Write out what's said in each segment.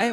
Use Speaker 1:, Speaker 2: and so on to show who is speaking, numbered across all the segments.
Speaker 1: 哎，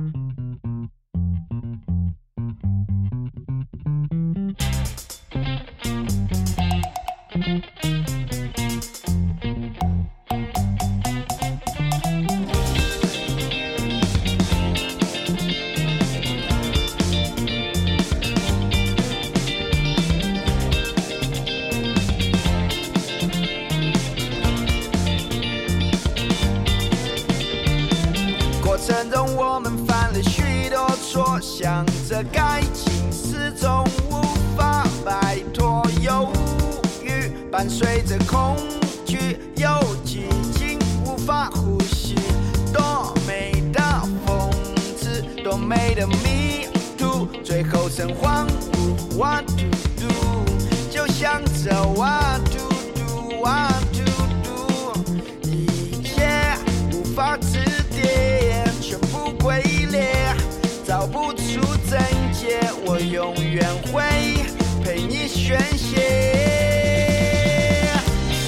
Speaker 2: 过程中我们犯了许多错，想着该情始终无法摆脱，忧郁伴随着恐惧，又寂静无法呼吸。多美的讽刺，多美的迷途，最后成荒芜。What to do？就想着 What to do？What to do？一切无法指点，全部归零，找不出症结，我永远会陪你宣泄。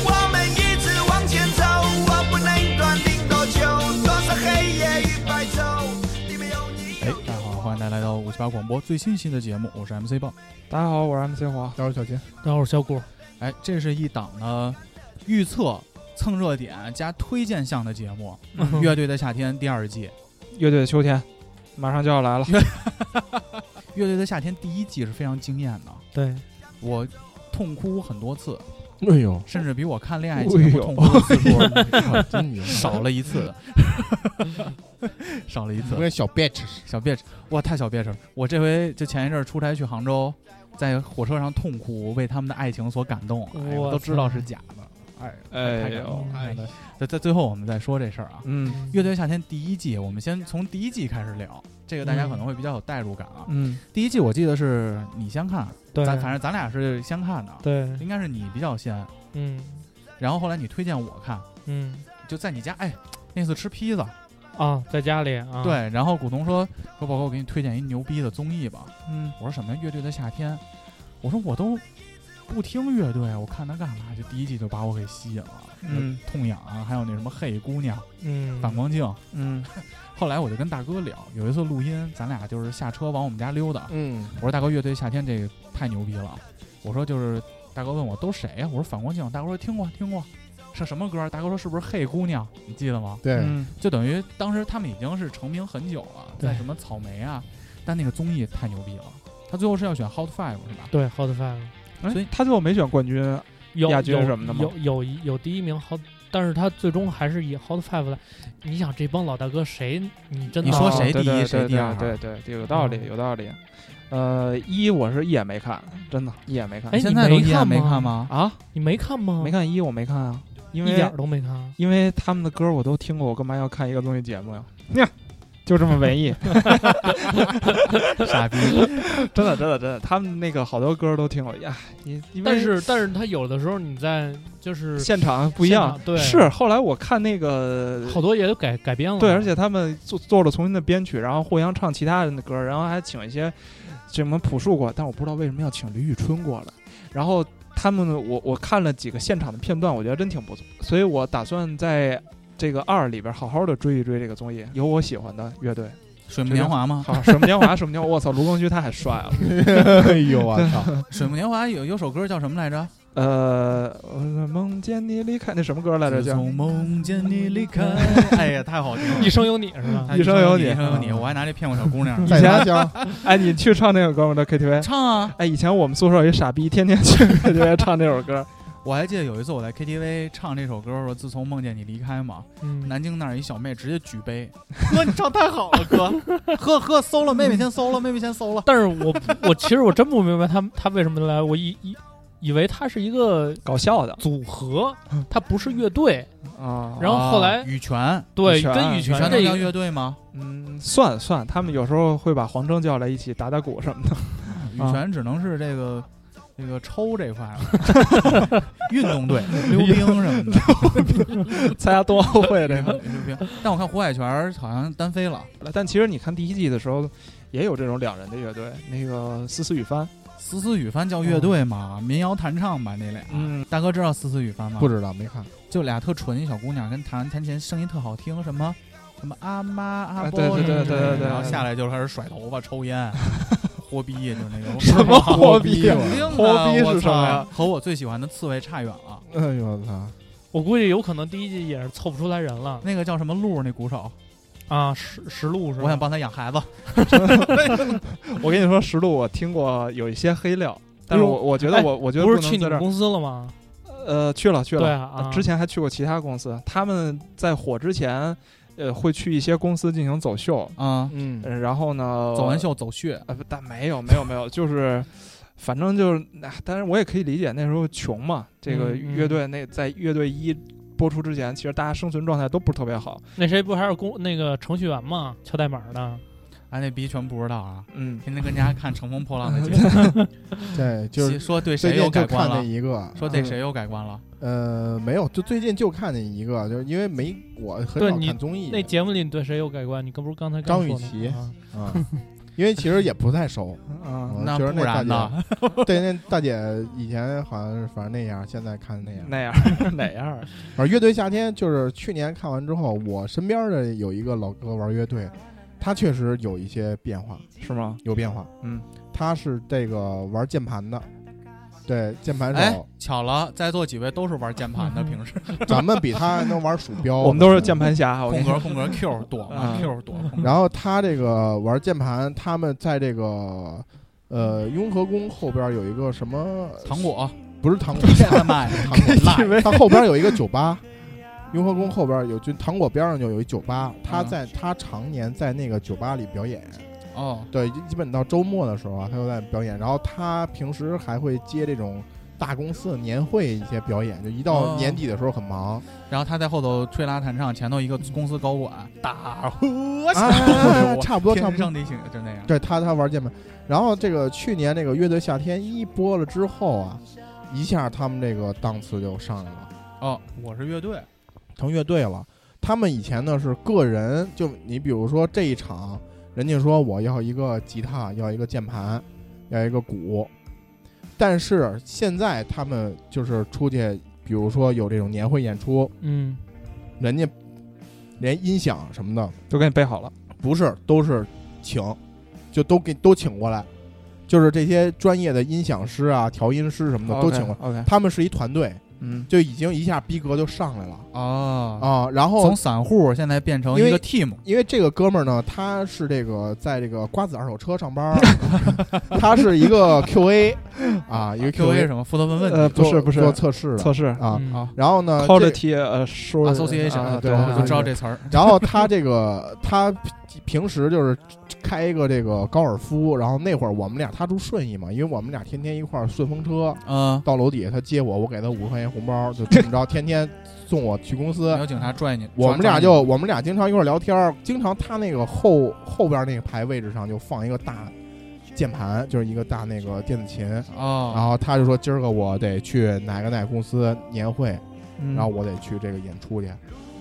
Speaker 2: 我们一直往前走，我不能断定多久，多少黑夜与白昼，里面有你。
Speaker 3: 哎，大家好，欢迎大家来到五七八广播最新一期的节目，我是 MC 棒。
Speaker 4: 大家好，我是 MC 黄，我是小金。
Speaker 5: 等会儿小谷，
Speaker 3: 哎，这是一档呢预测、蹭热点加推荐项的节 目，《乐队的夏天》第二季，《
Speaker 4: 乐队的秋天马上就要来了，
Speaker 3: 乐队的夏天》第一季是非常惊艳的，
Speaker 5: 对，
Speaker 3: 我痛哭很多次，
Speaker 6: 哎呦，哎
Speaker 3: 甚至比我看恋爱
Speaker 4: 哎
Speaker 3: 节目
Speaker 4: 呦
Speaker 3: 痛哭的次数
Speaker 6: 真牛！
Speaker 3: 少了一 次，少了一次
Speaker 6: 我。也小 bitch，
Speaker 3: 小别致，哇，太小别致了！我这回就前一阵儿出差去杭州，在火车上痛哭，为他们的爱情所感动，哎呦
Speaker 5: 哇
Speaker 3: 都知道是
Speaker 5: 塞
Speaker 3: 假的，哎，
Speaker 4: 哎
Speaker 3: 太感动
Speaker 4: 呦
Speaker 3: 了，
Speaker 6: 哎
Speaker 3: 在在最后我们再说这事儿啊。
Speaker 4: 嗯
Speaker 3: 乐队夏天第一季，我们先从第一季开始聊，这个大家
Speaker 5: 嗯
Speaker 3: 可能会比较有代入感啊。
Speaker 4: 嗯，
Speaker 3: 第一季我记得是你先看，
Speaker 5: 对，
Speaker 3: 咱反正咱俩是先看的，
Speaker 5: 对，
Speaker 3: 应该是你比较先，
Speaker 5: 嗯
Speaker 3: 然后后来你推荐我看，
Speaker 5: 嗯
Speaker 3: 就在你家，哎，那次吃披萨，
Speaker 5: 啊，在家里啊，，
Speaker 3: 对，然后股东说说宝哥，我给你推荐一牛逼的综艺吧，
Speaker 5: 嗯
Speaker 3: 我说什么呀？乐队的夏天，我说我都不听乐队，我看他干嘛？就第一季就把我给吸引了，
Speaker 4: 嗯，
Speaker 3: 痛痒啊，还有那什么嘿姑娘、
Speaker 5: 嗯，
Speaker 3: 反光镜。
Speaker 4: 嗯
Speaker 3: 后来我就跟大哥聊，有一次录音，咱俩就是下车往我们家溜达，
Speaker 6: 嗯，
Speaker 3: 我说大哥，乐队夏天这个太牛逼了，啊我说就是大哥问我都谁啊呀、我说反光镜，大哥说听过听过。是什么歌？大哥说是不是《嘿姑娘》？你记得吗？
Speaker 6: 对，
Speaker 4: 嗯
Speaker 3: 就等于当时他们已经是成名很久了，在
Speaker 5: 对
Speaker 3: 什么草莓啊，但那个综艺太牛逼了。他最后是要选 Hot Five 是吧？
Speaker 5: 对，Hot Five
Speaker 3: 所以
Speaker 4: 哎，他最后没选冠军，
Speaker 5: 有
Speaker 4: 亚军
Speaker 5: 有
Speaker 4: 什么的吗
Speaker 5: 有有一有第一名 Hot，但是他最终还是以 Hot Five 来。你想这帮老大哥谁？你真
Speaker 3: 你
Speaker 5: 的
Speaker 3: 说
Speaker 5: 啊
Speaker 3: 谁
Speaker 4: 哦对
Speaker 3: 第一
Speaker 4: 对
Speaker 3: 谁
Speaker 4: 对
Speaker 3: 第二
Speaker 4: 对对对，有道理
Speaker 5: 嗯
Speaker 4: 有道理。呃，一我是一眼没看，真的，一眼没看
Speaker 5: 哎。
Speaker 3: 现
Speaker 5: 你
Speaker 3: 在都
Speaker 5: 没
Speaker 3: 一眼
Speaker 5: 看
Speaker 3: 没
Speaker 5: 吗
Speaker 3: 看吗？
Speaker 4: 啊，
Speaker 5: 你没看吗？
Speaker 4: 没，看一我没看啊，因
Speaker 5: 一点
Speaker 4: 为
Speaker 5: 儿都没看。
Speaker 4: 因为他们的歌我都听过，我干嘛要看一个综艺节目呀？呀，就这么文艺，
Speaker 3: 傻逼！
Speaker 4: 真的真的真的， 他们那个好多歌都听过呀。你因为
Speaker 5: 但是但是他有的时候你在就是
Speaker 4: 现场不一样
Speaker 5: 现，场对
Speaker 4: 是后来我看那个
Speaker 5: 好多也都改改编了。
Speaker 4: 对，而且他们做做了重新的编曲，然后互相唱其他人的歌，然后还请一些什么朴树过来，但我不知道为什么要请李宇春过来。然后他们，我我看了几个现场的片段，我觉得真挺不错，所以我打算在这个二里边好好的追一追这个综艺，有我喜欢的乐 队。
Speaker 3: 水木年华吗？
Speaker 4: 好，什么年华，什么年华，我操，卢庚戌他太帅了。
Speaker 6: 哎呦我操，
Speaker 3: 水木年华有有首歌叫什么来着？
Speaker 4: 呃，我梦见你离开，那什么歌来着？
Speaker 3: 自
Speaker 4: 叫
Speaker 3: 从梦见你离开。哎呀，太好听了！
Speaker 5: 一生有你是吧？
Speaker 3: 哎
Speaker 4: 一生有你
Speaker 3: 一生有你，我还拿这骗过小姑 娘。
Speaker 6: 在家乡，
Speaker 4: 哎，你去唱那个歌吗？在 KTV。
Speaker 3: 唱啊！
Speaker 4: 哎，以前我们宿舍有一傻逼，天天去 KTV 唱这首歌。
Speaker 3: 我还记得有一次我在 KTV 唱这首歌，我说自从梦见你离开嘛，
Speaker 5: 嗯，
Speaker 3: 南京那儿一小妹直接举 杯，哥你唱太好了， 哥，呵呵，搜了，妹妹先搜了，妹妹先搜了。
Speaker 5: 但是我我其实我真不明白他他为什么来，我以以以为他是一个
Speaker 4: 搞笑 的
Speaker 5: 组合，
Speaker 4: 嗯
Speaker 5: 他不是乐队。
Speaker 4: 啊，
Speaker 5: 然后后来
Speaker 3: 啊羽泉，
Speaker 5: 对，
Speaker 4: 羽泉
Speaker 5: 跟
Speaker 4: 羽
Speaker 5: 羽
Speaker 3: 羽
Speaker 5: 泉
Speaker 3: 泉
Speaker 5: 这
Speaker 3: 能
Speaker 5: 一
Speaker 3: 叫乐队吗？
Speaker 4: 嗯，算算，他们有时候会把黄征叫来一起打打鼓什么 的。
Speaker 5: 嗯
Speaker 3: 羽泉只能是这个 这个抽这块了，运动队、溜冰什么的。
Speaker 4: 参加冬奥会这个。
Speaker 3: 但我看胡海泉好像单飞了，
Speaker 4: 但其实你看第一季的时候，也有这种两人的乐队，那个思思雨帆，
Speaker 3: 思思雨帆叫乐队嘛，民谣弹唱吧那俩。
Speaker 4: 嗯，
Speaker 3: 大哥知道思思雨帆吗？
Speaker 6: 不知道没看。
Speaker 3: 就俩特纯一小姑娘，跟弹弹琴，声音特好听，什么什么阿妈阿
Speaker 4: 啊
Speaker 3: 波，
Speaker 4: 对
Speaker 5: 对对对对对
Speaker 3: 然后下来就开始甩头发、抽烟，豁逼，就那种
Speaker 4: 什 么货
Speaker 6: 逼
Speaker 4: 币
Speaker 6: 啊
Speaker 4: 啊？
Speaker 3: 豁
Speaker 4: 豁逼是什么呀？
Speaker 3: 和我最喜欢的刺猬差远了。
Speaker 6: 哎呦我操！
Speaker 5: 我估计有可能第一季也是凑不出来人了
Speaker 3: 那个叫什么鹿那鼓手，
Speaker 5: 啊，石石路是吧？
Speaker 3: 我想帮他养孩子。
Speaker 4: 我跟你说，石路我听过有一些黑料，但是我我觉得
Speaker 6: 哎
Speaker 4: 我我觉得
Speaker 5: 不是
Speaker 4: 能
Speaker 5: 去你
Speaker 4: 在这儿
Speaker 5: 们公司了吗？
Speaker 4: 呃去了去
Speaker 5: 对
Speaker 4: 了，
Speaker 5: 啊，啊
Speaker 4: 之前还去过其他公司，他们在火之前，呃会去一些公司进行走秀，
Speaker 3: 啊，
Speaker 6: 嗯
Speaker 4: 呃然后呢
Speaker 3: 走完秀走穴，
Speaker 4: 呃，不但没有没有没有，就是反正就是，啊当然我也可以理解，那时候穷嘛，这个
Speaker 5: 嗯嗯
Speaker 4: 乐队那在乐队一播出之前，其实大家生存状态都不是特别好，
Speaker 5: 那谁不还是工那个程序员吗？敲代码的，
Speaker 3: 哎，那逼全不知道啊，
Speaker 4: 嗯，
Speaker 3: 天天跟家看《乘风破浪》的节目，
Speaker 6: 对，就是
Speaker 3: 说对
Speaker 6: 最
Speaker 3: 谁有
Speaker 6: 近
Speaker 3: 改
Speaker 6: 就
Speaker 3: 观
Speaker 6: 看那
Speaker 3: 了，
Speaker 6: 一个，
Speaker 3: 说对谁有改观了，
Speaker 6: 呃，没有，就最近就看那一个，就是因为没我很
Speaker 5: 对
Speaker 6: 少
Speaker 5: 你
Speaker 6: 看综艺，
Speaker 5: 那节目里你对谁有改观？你刚不是刚才
Speaker 6: 张
Speaker 5: 刚
Speaker 6: 雨
Speaker 5: 说呢
Speaker 6: 绮
Speaker 5: 啊
Speaker 6: 啊，因为其实也不 太熟，
Speaker 4: 啊，
Speaker 6: 我
Speaker 3: 那
Speaker 6: 觉得
Speaker 3: 不
Speaker 6: 那
Speaker 3: 然
Speaker 6: 大
Speaker 3: 呢？
Speaker 6: 姐， 对，那大姐以前好像是反正那样，现在看那样。
Speaker 4: 嗯那样 哪样？
Speaker 6: 而乐队夏天就是去年看完之后，我身边的有一个老哥玩乐队，他确实有一些变化，
Speaker 4: 是吗？
Speaker 6: 有变化。
Speaker 4: 嗯，
Speaker 6: 他是这个玩键盘的，对，键盘
Speaker 3: 哎
Speaker 6: 手。，
Speaker 3: 巧了，在座几位都是玩键 盘的，平时
Speaker 6: 咱们比他还能玩鼠标，
Speaker 4: 我们都是键盘侠，我跟
Speaker 3: 空
Speaker 4: 哦你说，
Speaker 3: 格空格 Q 躲嘛
Speaker 4: 啊
Speaker 3: Q 躲，空格
Speaker 6: 然后他这个玩键盘，他们在这个呃雍和宫后边有一个什么
Speaker 3: 糖果
Speaker 6: 不 是糖果
Speaker 3: 现在卖糖果 辣，
Speaker 6: 它后边有一个酒吧， 雍和宫后边有就糖果边上就有一酒吧，他
Speaker 3: 啊
Speaker 6: 在他常年在那个酒吧里表演，
Speaker 3: 哦，
Speaker 6: 对，基本到周末的时候啊，他就在表演，然后他平时还会接这种。大公司的年会一些表演，就一到
Speaker 3: 哦
Speaker 6: 年底的时候很忙。
Speaker 3: 然后他在后头吹拉弹唱，前头一个公司高管大呼
Speaker 6: 啊
Speaker 3: 小，
Speaker 6: 差不多差不多
Speaker 3: 天上地下就那样。
Speaker 6: 对他，他玩键盘。然后这个去年这个乐队夏天一播了之后啊，一下他们这个档次就上来了。
Speaker 3: 哦，我是乐队，
Speaker 6: 成乐队了。他们以前呢是个人，就你比如说这一场，人家说我要一个吉他，要一个键盘，要一个鼓，但是现在他们就是出去，比如说有这种年会演出，
Speaker 5: 嗯，
Speaker 6: 人家连音响什么的
Speaker 4: 都给你备好了。
Speaker 6: 不是都是请，就都给都请过来，就是这些专业的音响师啊、调音师什么的都请过来，
Speaker 4: 哦 OK，
Speaker 6: 他们是一团队，
Speaker 4: 嗯，
Speaker 6: 就已经一下逼格就上来了
Speaker 3: 哦，
Speaker 6: 啊。然后
Speaker 3: 从散户现在变成一
Speaker 6: 因
Speaker 3: 个
Speaker 6: 为
Speaker 3: team，
Speaker 6: 因为这个哥们儿呢，他是这个在这个瓜子二手车上班儿， 他是一个 QA 啊，一个
Speaker 3: QA
Speaker 6: QA
Speaker 3: 什么负责问问题，
Speaker 4: 呃，不是
Speaker 6: 做
Speaker 4: 不是
Speaker 6: 做，测试的
Speaker 4: 测试
Speaker 6: 啊。
Speaker 5: 嗯
Speaker 3: 啊
Speaker 6: 然后呢，这
Speaker 4: quality 呃 assurance- 啊
Speaker 3: association，
Speaker 4: 对，
Speaker 3: 我
Speaker 6: 对
Speaker 3: 就知道
Speaker 4: 对
Speaker 3: 这词儿。
Speaker 6: 然后他这个他平时就是开一个这个高尔夫，然后那会儿我们俩他住顺义嘛，因为我们俩天天一块儿顺风车，
Speaker 3: 嗯，
Speaker 6: 到楼底下他接我，我给他五十块钱红包，就这么着，天天送我去公司
Speaker 3: 没。有警察拽你，
Speaker 6: 我们
Speaker 3: 抓
Speaker 6: 俩
Speaker 3: 你
Speaker 6: 就我们俩经常一块儿聊天儿，经常他那个后后边那个排位置上就放一个大键盘，就是一个大那个电子琴。然
Speaker 3: 哦，
Speaker 6: 后他就啊说：“今儿个我得去哪个哪个公司年会，
Speaker 4: 嗯
Speaker 6: 然后我得去这个演出去。”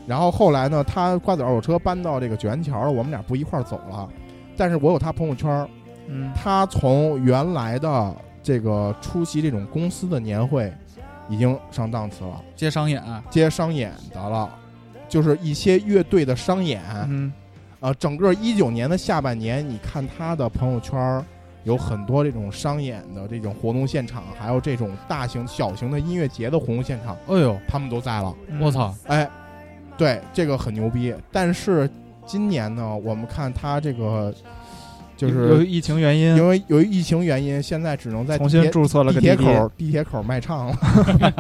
Speaker 6: 然后后来呢，他瓜子二手车搬到这个九元桥了，我们俩不一块儿走了。但是我有他朋友圈儿，
Speaker 4: 嗯
Speaker 6: 他从原来的这个出席这种公司的年会，已经上档次了。
Speaker 3: 接商演，哎
Speaker 6: 接商演的了，就是一些乐队的商演。
Speaker 4: 嗯
Speaker 6: 呃，整个一九年的下半年，你看他的朋友圈儿有很多这种商演的这种活动现场，还有这种大型、小型的音乐节的活动现场，
Speaker 3: 哎呦，
Speaker 6: 他们都在了。
Speaker 3: 我操，
Speaker 6: 哎，对，这个很牛逼。但是今年呢，我们看他这个就
Speaker 4: 由于
Speaker 6: 是
Speaker 4: 疫情原因
Speaker 6: 因为由于疫情原因，现在只能在
Speaker 4: 重
Speaker 6: 地
Speaker 4: 新
Speaker 6: 铁
Speaker 4: 注册了
Speaker 6: 地
Speaker 4: 个
Speaker 6: 铁
Speaker 4: 滴滴
Speaker 6: 口地铁口卖唱了，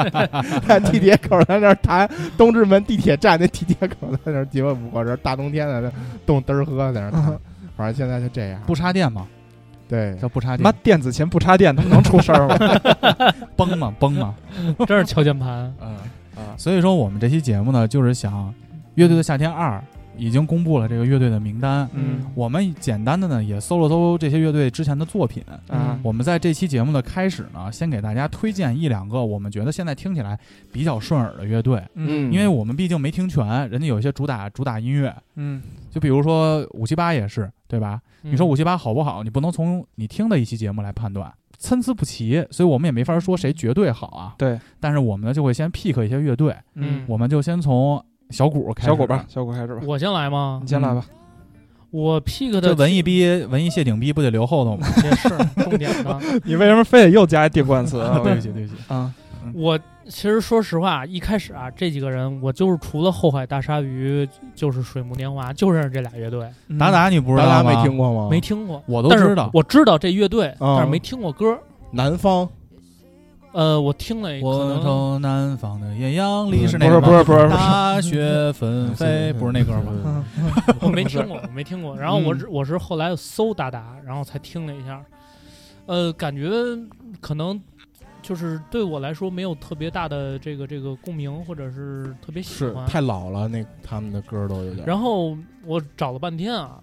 Speaker 6: 在地铁口在那儿弹东直门地铁站那地铁口在那儿几万五个人大冬天在那儿冻嘚儿喝在那儿弹，反正现在就这样。
Speaker 3: 不插电嘛，
Speaker 6: 对，
Speaker 3: 叫不插
Speaker 4: 妈
Speaker 3: 电，
Speaker 4: 电子琴不插电，他们能出声儿 吗？
Speaker 3: 崩嘛崩嘛，。
Speaker 5: 真是敲键盘
Speaker 3: 嗯啊，所以说我们这期节目呢，就是想《乐队的夏天二》已经公布了这个乐队的名单。
Speaker 4: 嗯
Speaker 3: 我们简单的呢也搜了搜这些乐队之前的作品。
Speaker 4: 啊
Speaker 6: 嗯
Speaker 3: 我们在这期节目的开始呢，先给大家推荐一两个我们觉得现在听起来比较顺耳的乐队，因为我们毕竟没听全，人家有一些主打主打音乐，
Speaker 4: 嗯
Speaker 3: 就比如说五七八也是，对吧？
Speaker 5: 嗯
Speaker 3: 你说五七八好不好？你不能从你听的一期节目来判断，参差不齐，所以我们也没法说谁绝对好啊。
Speaker 4: 对，
Speaker 3: 但是我们呢就会先 pick 一些乐队，
Speaker 5: 嗯
Speaker 3: 我们就先从小谷开始，
Speaker 4: 小果吧，，小果开始吧，
Speaker 5: 我嗯先来吗
Speaker 4: 你？先来吧。
Speaker 5: 我 pick
Speaker 3: 这
Speaker 5: 的
Speaker 3: 文艺逼、文艺谢顶逼不得留后 头吗？
Speaker 5: 也是重点的。
Speaker 4: 你为什么非得又加一定冠词啊？
Speaker 3: 对不起，对不起，
Speaker 4: 啊，
Speaker 5: 我其实说实话，一开始啊，这几个人我就是除了后海大鲨鱼，就是水木年华，就认识这俩乐队，
Speaker 3: 达达你不知
Speaker 6: 咱
Speaker 3: 道
Speaker 6: 俩
Speaker 3: 吗？
Speaker 6: 没听过吗？
Speaker 5: 没听过。
Speaker 3: 我都
Speaker 5: 但
Speaker 3: 知
Speaker 5: 是
Speaker 3: 道。
Speaker 5: 我知道这乐队，
Speaker 6: 嗯
Speaker 5: 但是没听过歌。
Speaker 6: 南方
Speaker 5: 呃，我听
Speaker 3: 哎
Speaker 5: 了，可
Speaker 3: 我
Speaker 5: 能
Speaker 3: 从南方的艳阳里
Speaker 6: 嗯
Speaker 3: 是
Speaker 4: 不
Speaker 3: 那
Speaker 4: 是
Speaker 3: 个
Speaker 4: 不
Speaker 3: 吗
Speaker 4: 是不是不是，
Speaker 3: 大雪纷嗯 飞，不是那歌吗？
Speaker 6: 吗？
Speaker 5: 我没听过，我没听过。然后我
Speaker 4: 嗯
Speaker 5: 只我是后来搜达达，然后才听了一下，呃，感觉可能就是对我来说没有特别大的这个这个共鸣，或者是特别喜
Speaker 6: 是
Speaker 5: 欢。
Speaker 6: 太老了，那他们的歌都有点。
Speaker 5: 然后我找了半天啊，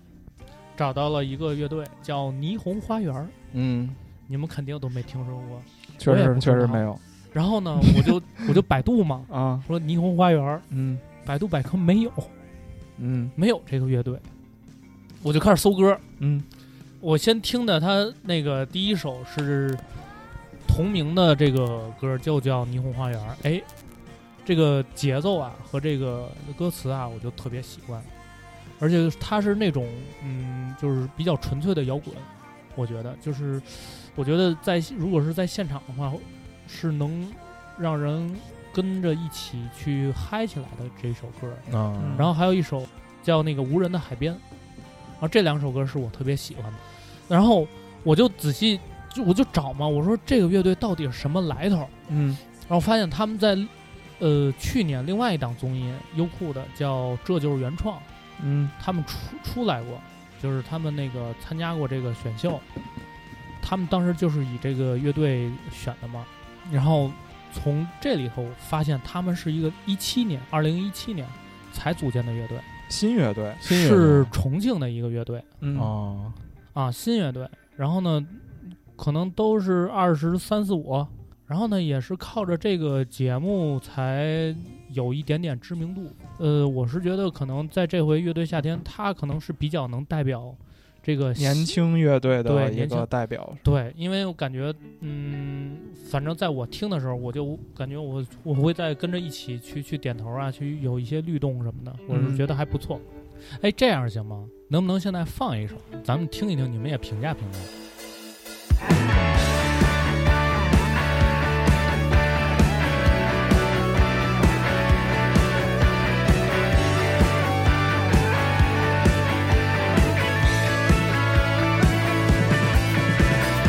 Speaker 5: 找到了一个乐队叫霓虹花园儿，
Speaker 6: 嗯，
Speaker 5: 你们肯定都没听说过。
Speaker 4: 确
Speaker 5: 我也
Speaker 4: 实
Speaker 5: 不
Speaker 4: 确
Speaker 5: 知
Speaker 4: 实
Speaker 5: 道
Speaker 4: 没有
Speaker 5: 然后呢，我就 我就百度嘛，
Speaker 4: 啊，
Speaker 5: 说霓虹花园儿，
Speaker 4: 嗯
Speaker 5: 百度百科没有，
Speaker 4: 嗯
Speaker 5: 没有这个乐队，我就开始搜歌。
Speaker 4: 嗯
Speaker 5: 我先听的他那个第一首是同名的这个歌，就叫《霓虹花园》。哎，这个节奏啊和这个歌词啊，我就特别喜欢，而且它是那种嗯，就是比较纯粹的摇滚。我觉得就是，我觉得在如果是在现场的话，是能让人跟着一起去嗨起来的这首歌。
Speaker 4: 嗯
Speaker 6: 啊，
Speaker 5: 然后还有一首叫那个无人的海边，然后这两首歌是我特别喜欢的。然后我就仔细就我就找嘛，我说这个乐队到底是什么来头？
Speaker 4: 嗯
Speaker 5: 然后发现他们在呃去年另外一档综艺优酷的叫《这就是原创》，
Speaker 4: 嗯
Speaker 5: 他们出出来过，就是他们那个参加过这个选秀，他们当时就是以这个乐队选的嘛。然后从这里头发现他们是一个一七年，二零一七年才组建的乐队。
Speaker 4: 新乐队
Speaker 6: 新乐队
Speaker 5: 是重庆的一个乐队
Speaker 4: 嗯
Speaker 6: 啊，
Speaker 5: 啊，新乐队。然后呢，可能都是二十三四五，然后呢，也是靠着这个节目才有一点点知名度。呃，我是觉得可能在这回乐队夏天，他可能是比较能代表这个
Speaker 4: 年
Speaker 5: 新
Speaker 4: 轻乐队的
Speaker 5: 对
Speaker 4: 一
Speaker 5: 年
Speaker 4: 个
Speaker 5: 轻
Speaker 4: 代表，
Speaker 5: 对，因为我感觉，嗯，反正在我听的时候，我就感觉我我会再跟着一起去去点头啊，去有一些律动什么的，我是
Speaker 4: 嗯
Speaker 5: 觉得还不错。哎，这样行吗？能不能现在放一首，咱们听一听，你们也评价评价？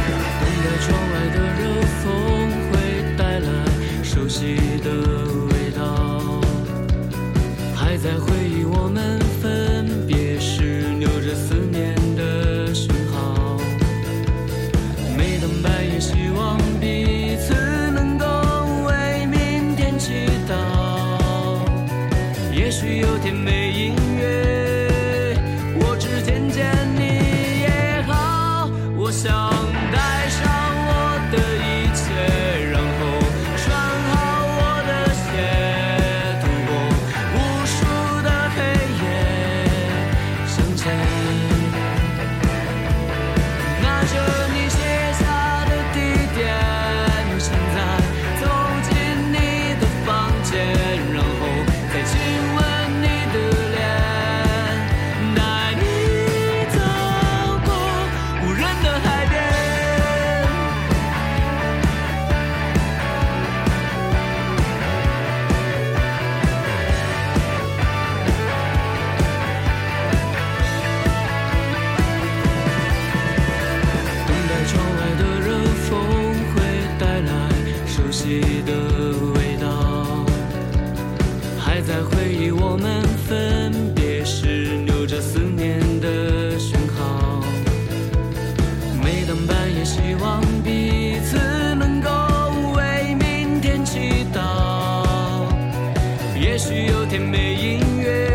Speaker 7: 等待窗外的热风会带来熟悉的味道，还在回忆我们分别时留着思念的讯号。每当半夜，希望彼此能够为明天祈祷。也许有天没音乐，我只见见你也好。我想带上我的一切，然后穿好我的鞋，度过无数的黑夜，向前。拿着你写下的地点，现在走进你的房间，然后再亲吻你的脸，带你走过无人的海边。等待窗外的热风会带来熟悉的味道，还在回忆我们分别时留着思念的讯号。每当半夜，希望彼此能够为明天祈祷。也许有天没音乐，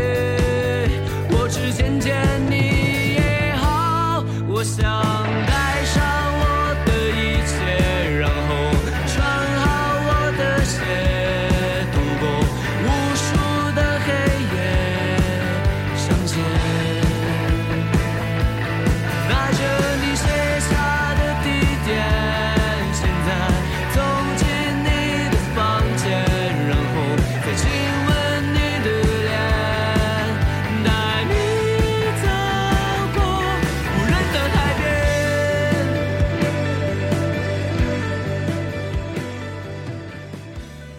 Speaker 3: 嗯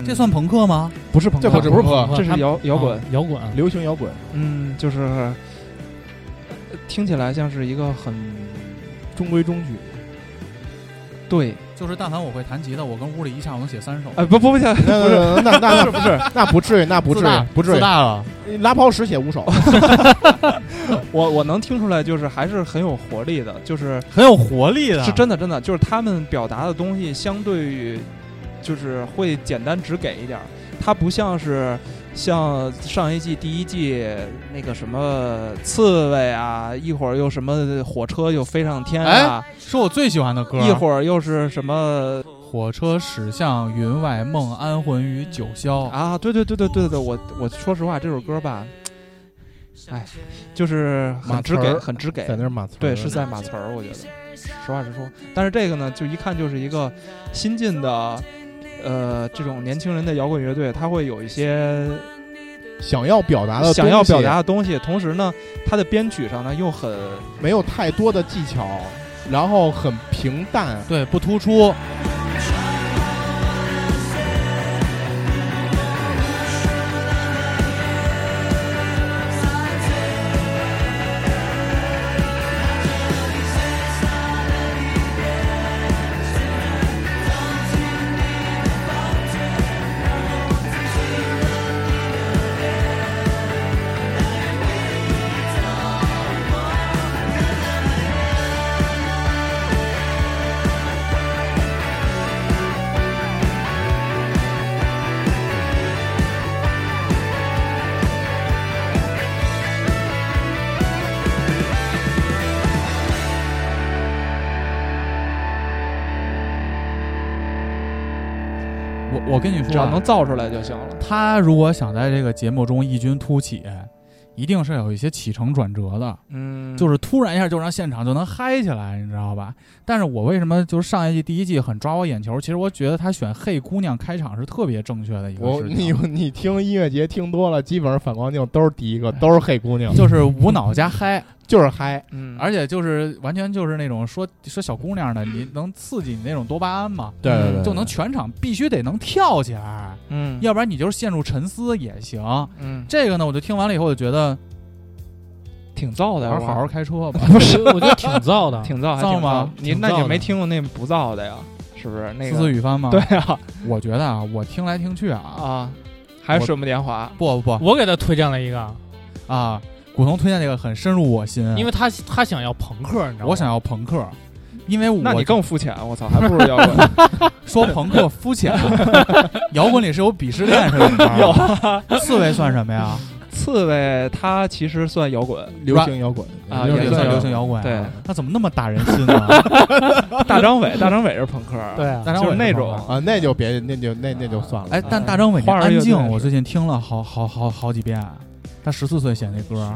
Speaker 3: 这算朋克吗？
Speaker 4: 不是朋克，
Speaker 6: 这不是朋
Speaker 5: 朋
Speaker 6: 克，
Speaker 5: 克
Speaker 4: 嗯这是
Speaker 5: 他们
Speaker 4: 摇摇滚
Speaker 5: 啊摇滚，
Speaker 6: 流行摇滚，
Speaker 4: 嗯，就是呃听起来像是一个很
Speaker 6: 中规中矩。
Speaker 4: 对，
Speaker 3: 就是但凡我会弹吉他，我跟屋里一下我能写三首。
Speaker 4: 哎，不不不行，
Speaker 6: 那 那那那不是，那 不至于，那不
Speaker 3: 自
Speaker 6: 至
Speaker 3: 大
Speaker 6: 于，不至
Speaker 3: 自大了，
Speaker 6: 于，拉泡屎写五首，
Speaker 4: 我我能听出来，就是还是很有活力的，就是
Speaker 3: 很有活力
Speaker 6: 啊
Speaker 3: 的，
Speaker 4: 是真的真的，就是他们表达的东西相对于就是会简单直给一点，儿，它不像是像上一季第一季那个什么刺猬啊，一会儿又什么火车又飞上天啊，
Speaker 6: 哎
Speaker 3: 是我最喜欢的歌。
Speaker 4: 一会儿又是什么
Speaker 6: 哦
Speaker 3: 火车驶向云外，梦安魂于九霄。
Speaker 4: 啊，对对对对对对，我我说实话这首歌吧，哎，就是很直
Speaker 6: 马
Speaker 4: 给
Speaker 6: 词儿
Speaker 4: 很直给，
Speaker 6: 在那儿码词儿。
Speaker 4: 对，是在码词儿，我觉得。实话实说，但是这个呢，就一看就是一个新进的，呃，这种年轻人的摇滚乐队，他会有一些
Speaker 6: 想要表达的，
Speaker 4: 想要表达的东西，同时呢，他的编曲上呢又很
Speaker 6: 没有太多的技巧，然后很平淡，
Speaker 3: 对，不突出。我我跟你
Speaker 4: 只
Speaker 3: 说
Speaker 4: 要
Speaker 3: 啊，
Speaker 4: 能造出来就行了。
Speaker 3: 他如果想在这个节目中异军突起，一定是有一些起承转折的，
Speaker 4: 嗯，
Speaker 3: 就是是突然一下就让现场就能嗨起来，你知道吧？但是我为什么就是上一季第一季很抓我眼球？其实我觉得他选《嘿姑娘》开场是特别正确的一个
Speaker 6: 我
Speaker 3: 事
Speaker 6: 你
Speaker 3: 情。
Speaker 6: 你听音乐节听多了，基本上反光镜都是第一个， 都是黑姑娘，
Speaker 3: 就是无脑加嗨，
Speaker 6: 就是嗨，
Speaker 4: 嗯，
Speaker 3: 而且就是完全就是那种说说小姑娘的，你能刺激你那种多巴胺嘛，
Speaker 6: 对对对，
Speaker 3: 就能全场必须得能跳起来，
Speaker 4: 嗯
Speaker 3: 要不然你就是陷入沉思也行。
Speaker 4: 嗯
Speaker 3: 这个呢，我就听完了以后，我就觉得
Speaker 4: 挺造的，
Speaker 3: 好好
Speaker 4: 我
Speaker 3: 好好开车吧。
Speaker 5: 不是，我觉得挺燥 的，
Speaker 4: 挺造还
Speaker 3: 造
Speaker 4: 挺
Speaker 3: 吗
Speaker 4: 造。你
Speaker 3: 挺
Speaker 4: 那
Speaker 3: 造
Speaker 4: 你
Speaker 3: 的
Speaker 4: 没听过那不造的呀？是不是那
Speaker 3: 思思
Speaker 4: 个？
Speaker 3: 语帆吗？
Speaker 4: 对，啊
Speaker 3: 我觉得啊，我听来听去啊，
Speaker 4: 啊，还是
Speaker 3: 我
Speaker 4: 水木年华。
Speaker 3: 不不
Speaker 5: 我给他推荐了一个，
Speaker 3: 不啊，古潼推荐这个很深入我心，啊
Speaker 5: 因为他他想要朋克，你知道吗？
Speaker 3: 嗯我想要朋克，因为我
Speaker 4: 那你更肤浅，我操，还不如摇滚。
Speaker 3: 说朋克 肤浅，摇滚里是有鄙视链是怎么 着？
Speaker 4: 啊
Speaker 3: 有刺猬算什么呀？
Speaker 4: 刺猬它其实算摇滚，
Speaker 6: 流行摇滚
Speaker 4: 啊
Speaker 6: 流
Speaker 4: 也
Speaker 6: 行
Speaker 3: 算
Speaker 4: 摇
Speaker 3: 流
Speaker 4: 滚
Speaker 3: 行摇滚，
Speaker 4: 对，
Speaker 3: 那怎么那么打人心呢？
Speaker 4: 大张伟，大张伟是朋克，
Speaker 5: 对啊
Speaker 3: 大张
Speaker 4: 就是
Speaker 3: 伟
Speaker 4: 那
Speaker 3: 是朋
Speaker 4: 种
Speaker 3: 克
Speaker 6: 啊，那就别那就那那就算了。
Speaker 3: 哎，但大张伟那
Speaker 4: 花儿乐
Speaker 3: 安
Speaker 4: 队
Speaker 3: 静，
Speaker 4: 是
Speaker 3: 我最近听了好好好好几遍。他十四岁写那歌，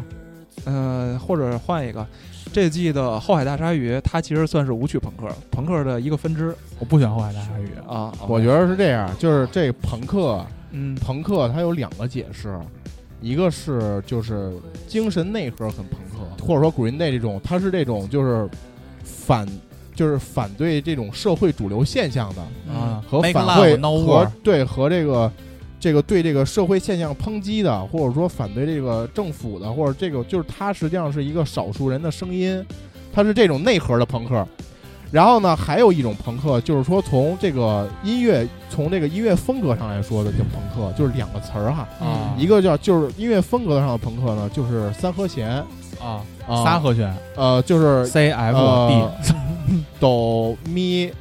Speaker 4: 嗯、或者换一个，这季的《后海大鲨鱼》，它其实算是舞曲朋克，朋克的一个分支
Speaker 3: 我不喜欢后海大鲨鱼。
Speaker 4: 啊。
Speaker 6: 我觉
Speaker 4: 得，
Speaker 6: 得是这样，就是这朋克，
Speaker 4: 嗯
Speaker 6: 朋克它有两个解释，一个是就是精神内核很朋克，或者说 Green Day 这种，它是这种就是反就是反对这种社会主流现象的
Speaker 3: 啊，
Speaker 6: 和
Speaker 3: Make
Speaker 6: 反
Speaker 3: Love
Speaker 6: 馈
Speaker 3: No
Speaker 6: 和
Speaker 3: War，
Speaker 6: 对和这个这个对这个社会现象抨击的，或者说反对这个政府的，或者这个就是它实际上是一个少数人的声音，它是这种内核的朋克。然后呢，还有一种朋克，就是说从这个音乐从这个音乐风格上来说的叫朋克，就是两个词儿哈，
Speaker 4: 嗯
Speaker 3: 啊
Speaker 6: 一个叫就是音乐风格上的朋克呢，就是三和弦
Speaker 3: 啊，
Speaker 6: 啊，
Speaker 3: 仨和弦
Speaker 6: 呃就是
Speaker 3: ，C F
Speaker 6: 呃
Speaker 3: D，
Speaker 6: 哆咪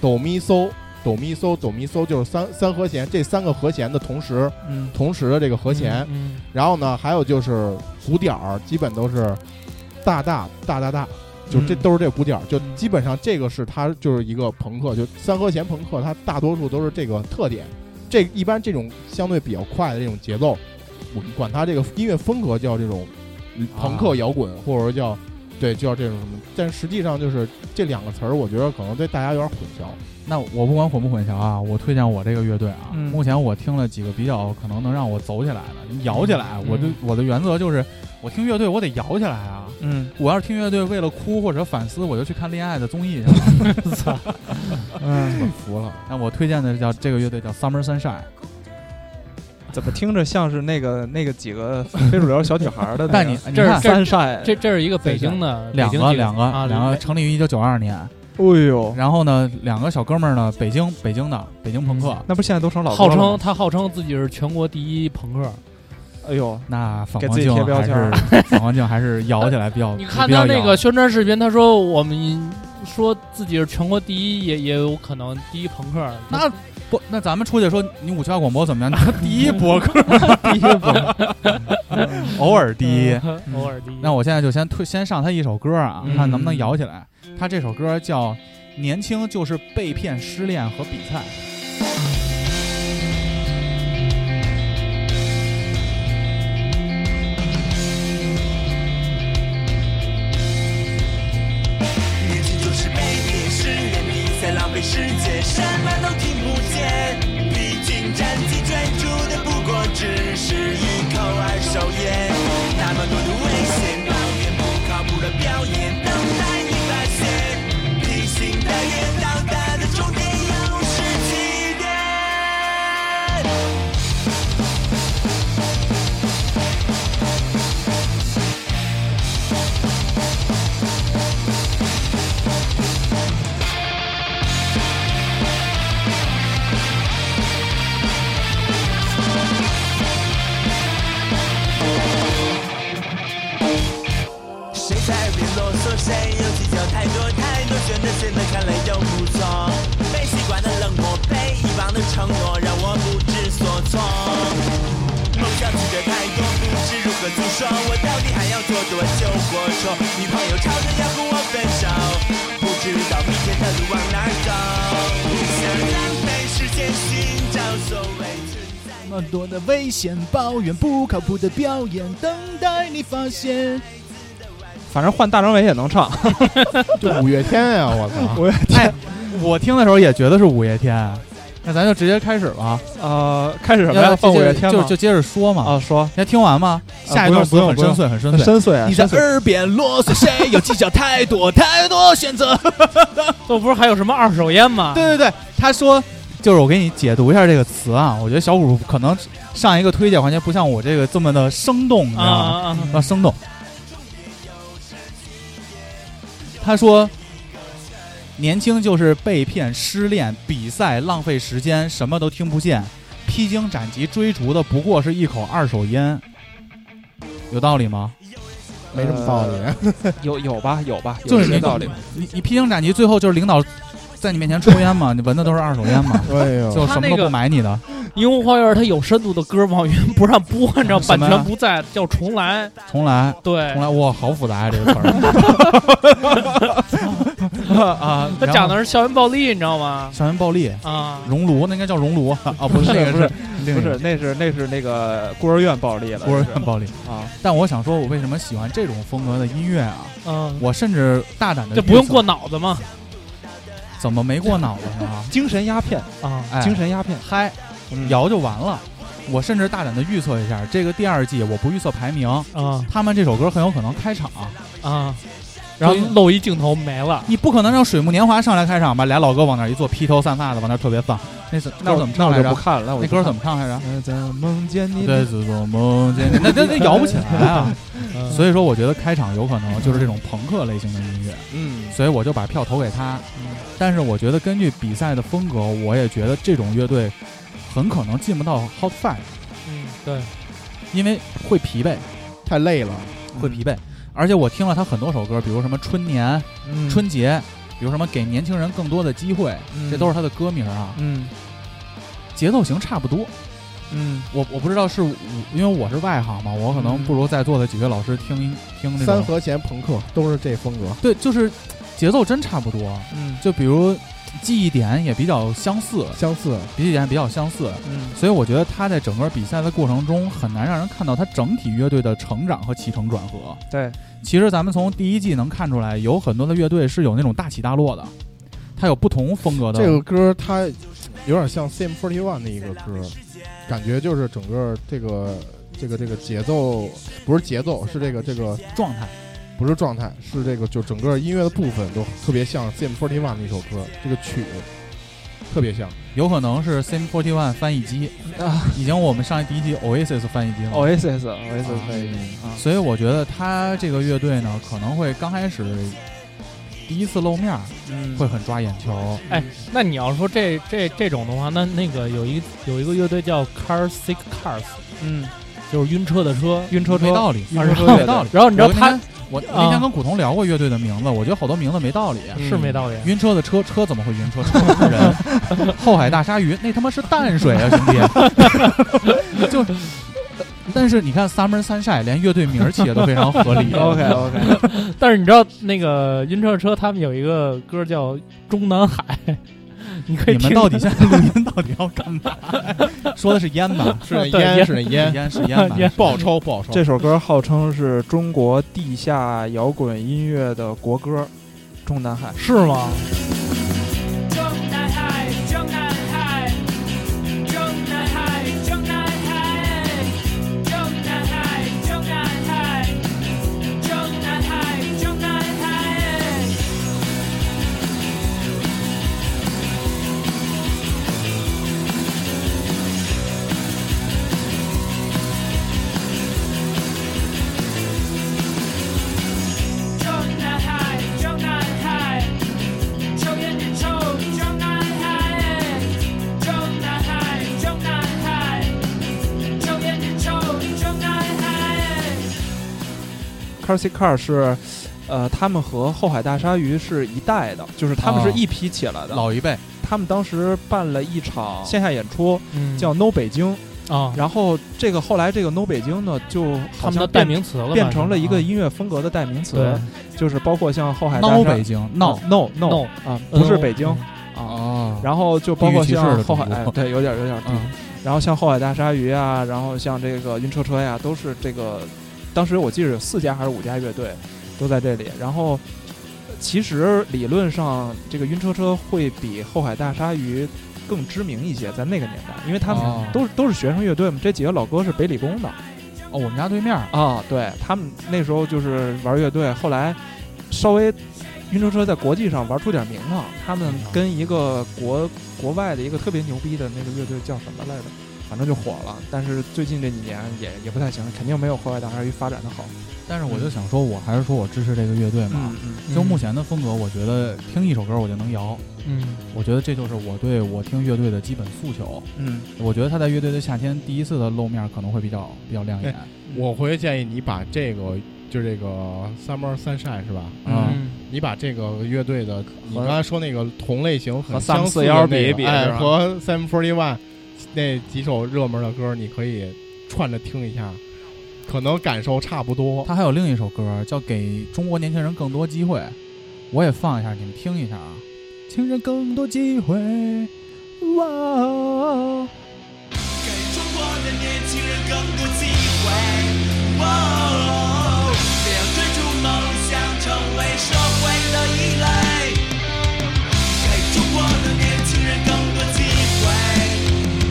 Speaker 6: 哆咪嗦哆咪嗦哆咪嗦，就是三三和弦，这三个和弦的同时
Speaker 4: 嗯
Speaker 6: 同时的这个和弦。
Speaker 5: 嗯，
Speaker 6: 然后呢，还有就是鼓点儿，基本都是大大大大大，就这
Speaker 4: 嗯
Speaker 6: 都是这鼓点儿，就基本上这个是它就是一个朋克，就三和弦朋克，它大多数都是这个特点。这一般这种相对比较快的这种节奏，我们管它这个音乐风格叫这种朋克摇滚，或者说叫对叫这种什么，但实际上就是这两个词儿，我觉得可能对大家有点混淆。
Speaker 3: 那我不管混不混淆啊，我推荐我这个乐队啊。
Speaker 4: 嗯
Speaker 3: 目前我听了几个比较可能能让我走起来的、摇起来。我的我的原则就是，我听乐队我得摇起来啊！
Speaker 4: 嗯
Speaker 3: 我要是听乐队为了哭或者反思，我就去看恋爱的综艺去了。
Speaker 4: 嗯，
Speaker 6: 服了，
Speaker 3: 那我推荐的叫这个乐队叫 Summer
Speaker 4: 哎
Speaker 3: Sunshine，
Speaker 4: 怎么听着像是那个那个几个非主流小女孩的那 个？
Speaker 3: 但你你
Speaker 5: 这
Speaker 3: 看
Speaker 5: 这
Speaker 4: 三晒，
Speaker 5: 这这是一个北京的，
Speaker 3: 两
Speaker 5: 北京
Speaker 3: 个
Speaker 5: 几
Speaker 3: 两个、
Speaker 5: 啊，
Speaker 3: 两个成立于一九九二年，
Speaker 4: 哎呦，
Speaker 3: 然后呢两个小哥们儿呢，北京北京的北京朋克，
Speaker 4: 那不现在都成老歌
Speaker 5: 号
Speaker 4: 了吗
Speaker 5: 称他号称自己是全国第一朋克。
Speaker 3: 哦
Speaker 4: 哎呦，
Speaker 3: 那反
Speaker 4: 给
Speaker 3: 光
Speaker 4: 自己
Speaker 3: 镜
Speaker 4: 贴标
Speaker 3: 还
Speaker 4: 签
Speaker 3: 是
Speaker 4: 儿
Speaker 3: 反光镜还是摇起来比较，
Speaker 5: 你看
Speaker 3: 比较
Speaker 5: 他那
Speaker 3: 摇
Speaker 5: 个宣传视频，他说我们说自己是全国第一，也也有可能第一朋克。嗯
Speaker 3: 那不，那咱们出去说你五七八广播怎么样？ 他第一博客，第一博， 偶尔第 一。
Speaker 5: 嗯偶尔第一。
Speaker 3: 那我现在就先推，先上他一首歌啊，
Speaker 4: 嗯
Speaker 3: 看能不能摇起来。他这首歌叫《年轻就是被骗、失恋和比赛》。
Speaker 2: 年轻就是被骗，失恋比赛，浪费时间，什么都听不见。披荆斩棘，追逐的不过只是一口二手烟。那么多的危险，抱怨不靠谱的表演，等待你发现。披星戴月到达的终点又是起点。谁在别啰嗦？谁又计较太多太多？觉得现在看来又不错。被习惯的冷漠，被遗忘的承诺，让我不知所措。梦想起的太多，不知如何诉说。我到底还要做多久活着？女朋友吵着要跟我分手，不知道明天的路往哪儿走。不想浪费时间寻找所谓存在。
Speaker 3: 那么多的危险，抱怨不靠谱的表演，等待你发现。
Speaker 4: 反正换大张伟也能唱。
Speaker 6: 就五月天呀，我操！
Speaker 3: 哎，我听的时候也觉得是五月天。那咱就直接开始吧，
Speaker 4: 呃，开始什么
Speaker 3: 要不
Speaker 4: 呀？放五
Speaker 3: 接
Speaker 4: 月天
Speaker 3: 就
Speaker 4: 吗？
Speaker 3: 就接着说嘛。
Speaker 4: 啊，说
Speaker 3: 先听完吗？下一
Speaker 4: 不
Speaker 3: 段词很
Speaker 4: 用不用
Speaker 3: 深邃，很深邃。
Speaker 4: 深邃啊，
Speaker 3: 你在
Speaker 4: 深邃。
Speaker 3: 耳边啰嗦，谁又计较太多太多选择？
Speaker 5: 这不是还有什么二手烟吗？
Speaker 3: 对对对，他说就是我给你解读一下这个词啊，我觉得小五可能上一个推荐环节不像我这个这么的生动，你知
Speaker 5: 啊
Speaker 3: 道吗？
Speaker 5: 啊啊！
Speaker 3: 啊，生动。他说，年轻就是被骗、失恋、比赛、浪费时间，什么都听不见，披荆斩棘追逐的不过是一口二手烟，有道理吗？
Speaker 6: 没什么道理，
Speaker 4: 有有吧有吧，
Speaker 3: 就
Speaker 4: 有
Speaker 3: 是
Speaker 4: 些
Speaker 3: 你
Speaker 4: 道理吧。
Speaker 3: 你你披荆斩棘，最后就是领导在你面前抽烟嘛，你闻的都是二手烟 嘛，
Speaker 6: 哎呦，
Speaker 3: 就什么都不买你的。
Speaker 5: 樱花花园它有深度的歌，网云不让播，按照版
Speaker 3: 什么呀
Speaker 5: 权不在，叫重来。
Speaker 3: 重来，
Speaker 5: 对
Speaker 3: 重，来，哇，好复杂呀、这个词 儿。啊，
Speaker 5: 它讲的是校园暴力，你知道吗？
Speaker 3: 校园暴力，
Speaker 5: 啊，
Speaker 3: 熔炉那应该叫熔炉啊，不是那个
Speaker 4: 不
Speaker 3: 是
Speaker 4: 是不
Speaker 3: 另一个
Speaker 4: 是，那是那是那个孤儿院暴力了，
Speaker 3: 孤儿
Speaker 4: 这是
Speaker 3: 院暴力。
Speaker 4: 啊，
Speaker 3: 但我想说，我为什么喜欢这种风格的音乐啊？
Speaker 5: 嗯，
Speaker 3: 我甚至大胆的，
Speaker 5: 这不用过，脑子吗？
Speaker 3: 怎么没过脑子呢？
Speaker 4: 精神鸦片，
Speaker 5: 啊，
Speaker 3: 哎，
Speaker 4: 精神鸦片，
Speaker 3: 嗨，
Speaker 4: 嗯
Speaker 3: 摇就完了。我甚至大胆的预测一下，这个第二季我不预测排名，
Speaker 5: 啊
Speaker 3: 他们这首歌很有可能开场。
Speaker 5: 啊，然后露一镜头没了。
Speaker 3: 你不可能让《水木年华》上来开场吧？俩老哥往那儿一坐，披头散发的往那儿特别放，那是
Speaker 4: 那
Speaker 3: 歌
Speaker 4: 我
Speaker 3: 怎么
Speaker 4: 那
Speaker 3: 唱
Speaker 4: 我
Speaker 3: 来
Speaker 4: 就
Speaker 3: 着？
Speaker 4: 不看了，那我
Speaker 3: 那歌怎么唱来着？
Speaker 4: 么在梦见你
Speaker 3: 对，自作梦见你，那那那摇不起来啊！
Speaker 4: 嗯
Speaker 5: 嗯
Speaker 3: 所以说，我觉得开场有可能就是这种朋克类型的音乐，
Speaker 4: 嗯
Speaker 3: 所以我就把票投给他。但是我觉得根据比赛的风格，我也觉得这种乐队很可能进不到 Hot Five，
Speaker 5: 嗯，对，
Speaker 3: 因为会疲惫，
Speaker 6: 太累了。
Speaker 3: 会疲惫。而且我听了他很多首歌，比如什么《春年》
Speaker 4: 嗯
Speaker 3: 《春节》，比如什么《给年轻人更多的机会》，
Speaker 1: 嗯
Speaker 3: 这都是他的歌名啊。
Speaker 4: 嗯
Speaker 3: 节奏型差不多。
Speaker 4: 嗯
Speaker 3: 我我不知道是我，因为我是外行嘛，我可能不如在座的几位老师听听那
Speaker 6: 三
Speaker 3: 种。
Speaker 6: 和弦朋克都是这风格，
Speaker 3: 对，就是节奏真差不多。
Speaker 4: 嗯
Speaker 3: 就比如记忆点也比较相似，
Speaker 6: 相似。
Speaker 3: 比起点比较相似，
Speaker 4: 嗯
Speaker 3: 所以我觉得他在整个比赛的过程中很难让人看到他整体乐队的成长和起承转合。
Speaker 4: 对，
Speaker 3: 其实咱们从第一季能看出来，有很多的乐队是有那种大起大落的，它有不同风格的。
Speaker 6: 这个歌它有点像 CM41 的一个歌，感觉就是整个这个这个这个节奏不是节奏，是这个这个
Speaker 3: 状态，
Speaker 6: 不是状态，是这个就整个音乐的部分都特别像 CM Forty One 的一首歌，这个曲特别像。
Speaker 3: 有可能是 CM Forty One 翻译机，
Speaker 4: 啊哦
Speaker 3: 已经我们上一第一集 Oasis 翻译机了。
Speaker 4: ，Oasis Oasis 可以啊，
Speaker 3: 所以我觉得他这个乐队呢，可能会刚开始第一次露面儿
Speaker 4: 嗯
Speaker 3: 会很抓眼球。
Speaker 5: 那你要说这这这种的话，那那个有一有一个乐队叫 Car Sick Cars，
Speaker 4: 嗯，
Speaker 5: 就是晕车的车，
Speaker 4: 晕车车
Speaker 3: 没道理，
Speaker 4: 晕车车
Speaker 3: 没
Speaker 4: 乐
Speaker 3: 道理。
Speaker 4: 队
Speaker 5: 然后你知道
Speaker 3: 我那
Speaker 5: 他
Speaker 3: 天我那天
Speaker 5: 啊
Speaker 3: 跟古潼聊过乐队的名字，我觉得好多名字没道理。
Speaker 5: 嗯是
Speaker 4: 嗯
Speaker 5: 没道理。啊
Speaker 3: 晕车的车，车怎么会晕车？车怎么会人？后海大鲨鱼，那他妈是淡水啊，兄弟！就，但是你看 Summer Sunshine 连乐队名儿起的都非常合理。
Speaker 4: 嗯 OK OK，
Speaker 5: 但是你知道那个晕车车他们有一个歌叫《中南海》， 你可以
Speaker 3: 你
Speaker 5: 听
Speaker 3: 们到底现在录音到底要干嘛？说的是烟吧？
Speaker 6: 是那
Speaker 5: 对
Speaker 6: 烟，
Speaker 5: 烟
Speaker 6: 是那
Speaker 3: 是
Speaker 6: 烟，
Speaker 3: 烟是烟吧？
Speaker 5: 烟
Speaker 6: 不好抽，不好抽。
Speaker 4: 这首歌号称是中国地下摇滚音乐的国歌，《中南海》。
Speaker 5: 是吗？
Speaker 8: 中南海，中南海，中南海，中南海，中南海，中南海，中南海，中南海。中南海，中南海，抽烟的抽，中南海，中南海，中南海，抽烟的抽，中南海。
Speaker 4: c a r s y Car 是，呃，他们和后海大鲨鱼是一代的，就是他们
Speaker 3: 哦
Speaker 4: 是一批起来的。
Speaker 3: 老一辈，
Speaker 4: 他们当时办了一场线下演出，
Speaker 5: 嗯
Speaker 4: 叫 No 北京。
Speaker 5: 啊，
Speaker 4: 然后这个后来这个 No 北京呢，就
Speaker 5: 他
Speaker 4: 好
Speaker 5: 们的
Speaker 4: 像
Speaker 5: 代
Speaker 4: 变
Speaker 5: 名词了吧，啊
Speaker 4: 变成了一
Speaker 3: 啊
Speaker 4: 个
Speaker 5: 是吗
Speaker 4: 音乐风格的代名词
Speaker 5: 啊，
Speaker 4: 就是包括像后海大
Speaker 3: 闹
Speaker 4: 鲨
Speaker 3: 北京闹
Speaker 4: No No
Speaker 5: No
Speaker 4: 啊，
Speaker 5: 对，
Speaker 4: 不是
Speaker 5: 嗯
Speaker 4: 北京
Speaker 5: 嗯
Speaker 4: 啊。
Speaker 3: 哦
Speaker 4: 然后就包括
Speaker 3: 地域歧视的
Speaker 4: 像后海，
Speaker 3: 中国
Speaker 4: 哎对，有点有点地域
Speaker 3: 嗯
Speaker 4: 然后像后海大鲨鱼啊，然后像这个晕车车呀，都是这个，当时我记得有四家还是五家乐队都在这里。然后呃其实理论上，这个晕车车会比后海大鲨鱼更知名一些，在那个年代，因为他们
Speaker 3: 哦
Speaker 4: 都、都是学生乐队嘛，这几个老哥是北理工的
Speaker 3: 哦，我们家对面儿
Speaker 4: 啊，对他们那时候就是玩乐队，后来稍微。晕车车在国际上玩出点名堂，他们跟一个国国外的一个特别牛逼的那个乐队叫什么来着？反正就火了。但是最近这几年也也不太行，肯定没有后海大鲨鱼发展的好。
Speaker 3: 但是我就想说，我还是说我支持这个乐队嘛。
Speaker 4: 嗯
Speaker 3: 就目前的风格，我觉得听一首歌我就能摇，
Speaker 5: 嗯
Speaker 3: 我觉得这就是我对我听乐队的基本诉求。
Speaker 4: 嗯，
Speaker 3: 我觉得他在乐队的夏天第一次的露面可能会比较比较亮眼
Speaker 4: 哎
Speaker 6: 我回去建议你把这个，就这个 Summer Sunshine 是吧？
Speaker 3: 啊。
Speaker 5: 嗯
Speaker 6: 你把这个乐队的，你刚才说那个同类型很
Speaker 4: 和
Speaker 6: 相似的
Speaker 4: 341
Speaker 6: 那个
Speaker 4: 比一比
Speaker 6: 哎，
Speaker 4: 是吧
Speaker 6: 和 Sam Forty One 那几首热门的歌，你可以串着听一下，可能感受差不多。
Speaker 3: 他还有另一首歌叫《给中国年轻人更多机会》，我也放一下，你们听一下啊。情人更多机会，哇哦！
Speaker 9: 给中国的年轻人更多机会，哇哦！这样追逐梦想，成为社会的异类。给中国的年轻人更多机会，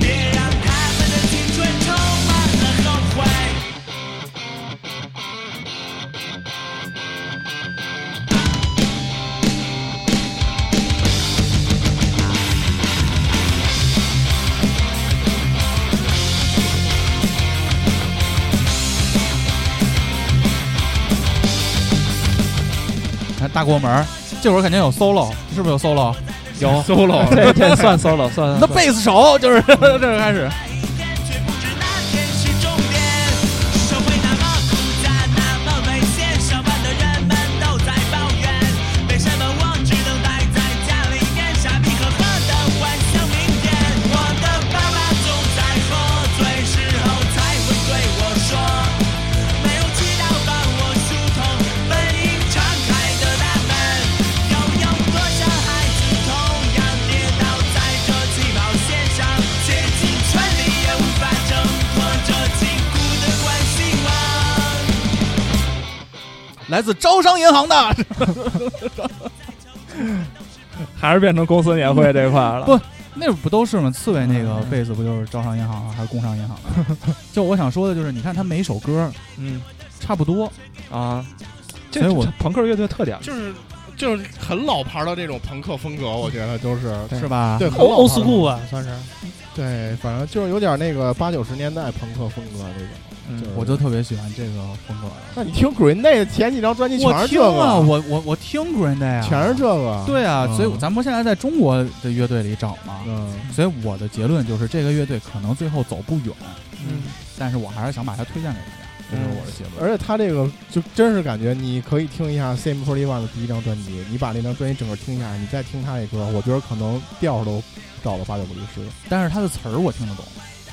Speaker 9: 别让他们的青春充满了后悔。
Speaker 3: 看哎大国门儿，这会儿肯定有 solo，是不是有 solo？
Speaker 4: 有 solo，这这算 solo 算。
Speaker 3: 那贝斯手就是 这是开始。
Speaker 9: 却不知那天是终点。社会那么枯燥，那么危险，上班的人们都在抱怨，为什么我只能待在家里面？傻逼呵呵的幻想明天。我的爸爸总在喝醉时候才会对我说，没有渠道帮我疏通本应敞开的大门。又有多少孩子同样跌倒在这起跑线上，竭尽全力也无法挣脱这禁锢的惯性网？
Speaker 3: 来自招商银行的，
Speaker 4: 还是变成公司年会这块了
Speaker 3: 不那不都是吗？刺猬那个贝斯不就是招商银行啊，还是工商银行啊？ 就我想说的就是，你看他每首歌
Speaker 4: 嗯
Speaker 3: 差不多，
Speaker 4: 啊，这
Speaker 3: 所以我
Speaker 4: 这朋克乐队特点嘛，
Speaker 10: 就是就是很老牌的这种朋克风格，我觉得都是
Speaker 6: 对
Speaker 3: 是吧？
Speaker 6: 对，很
Speaker 5: 欧
Speaker 6: 老
Speaker 5: 欧
Speaker 6: 牌
Speaker 5: 斯
Speaker 6: 了
Speaker 5: 库啊吧，算是。
Speaker 6: 对，反正就是有点那个八九十年代朋克风格那种。
Speaker 4: 嗯
Speaker 6: 就是
Speaker 3: 我就特别喜欢这个风格的。
Speaker 6: 那你听 Green Day 的前几张专辑全
Speaker 3: 我
Speaker 6: 是这
Speaker 3: 听啊，
Speaker 6: 个，
Speaker 3: 我我我听 Green Day 啊，
Speaker 6: 全是这个。，
Speaker 3: 对啊，
Speaker 6: 嗯
Speaker 3: 所以咱不现在在中国的乐队里找嘛，
Speaker 6: 嗯，
Speaker 3: 所以我的结论就是这个乐队可能最后走不远，
Speaker 4: 嗯，
Speaker 3: 但是我还是想把它推荐给大家，这就是我的结论。
Speaker 6: 而且他这个就真是感觉，你可以听一下 Same Forty One 的第一张专辑，你把那张专辑整个听下来，你再听他这歌，我觉得可能调都到了八九不离十。
Speaker 3: 但是它的词儿我听得懂，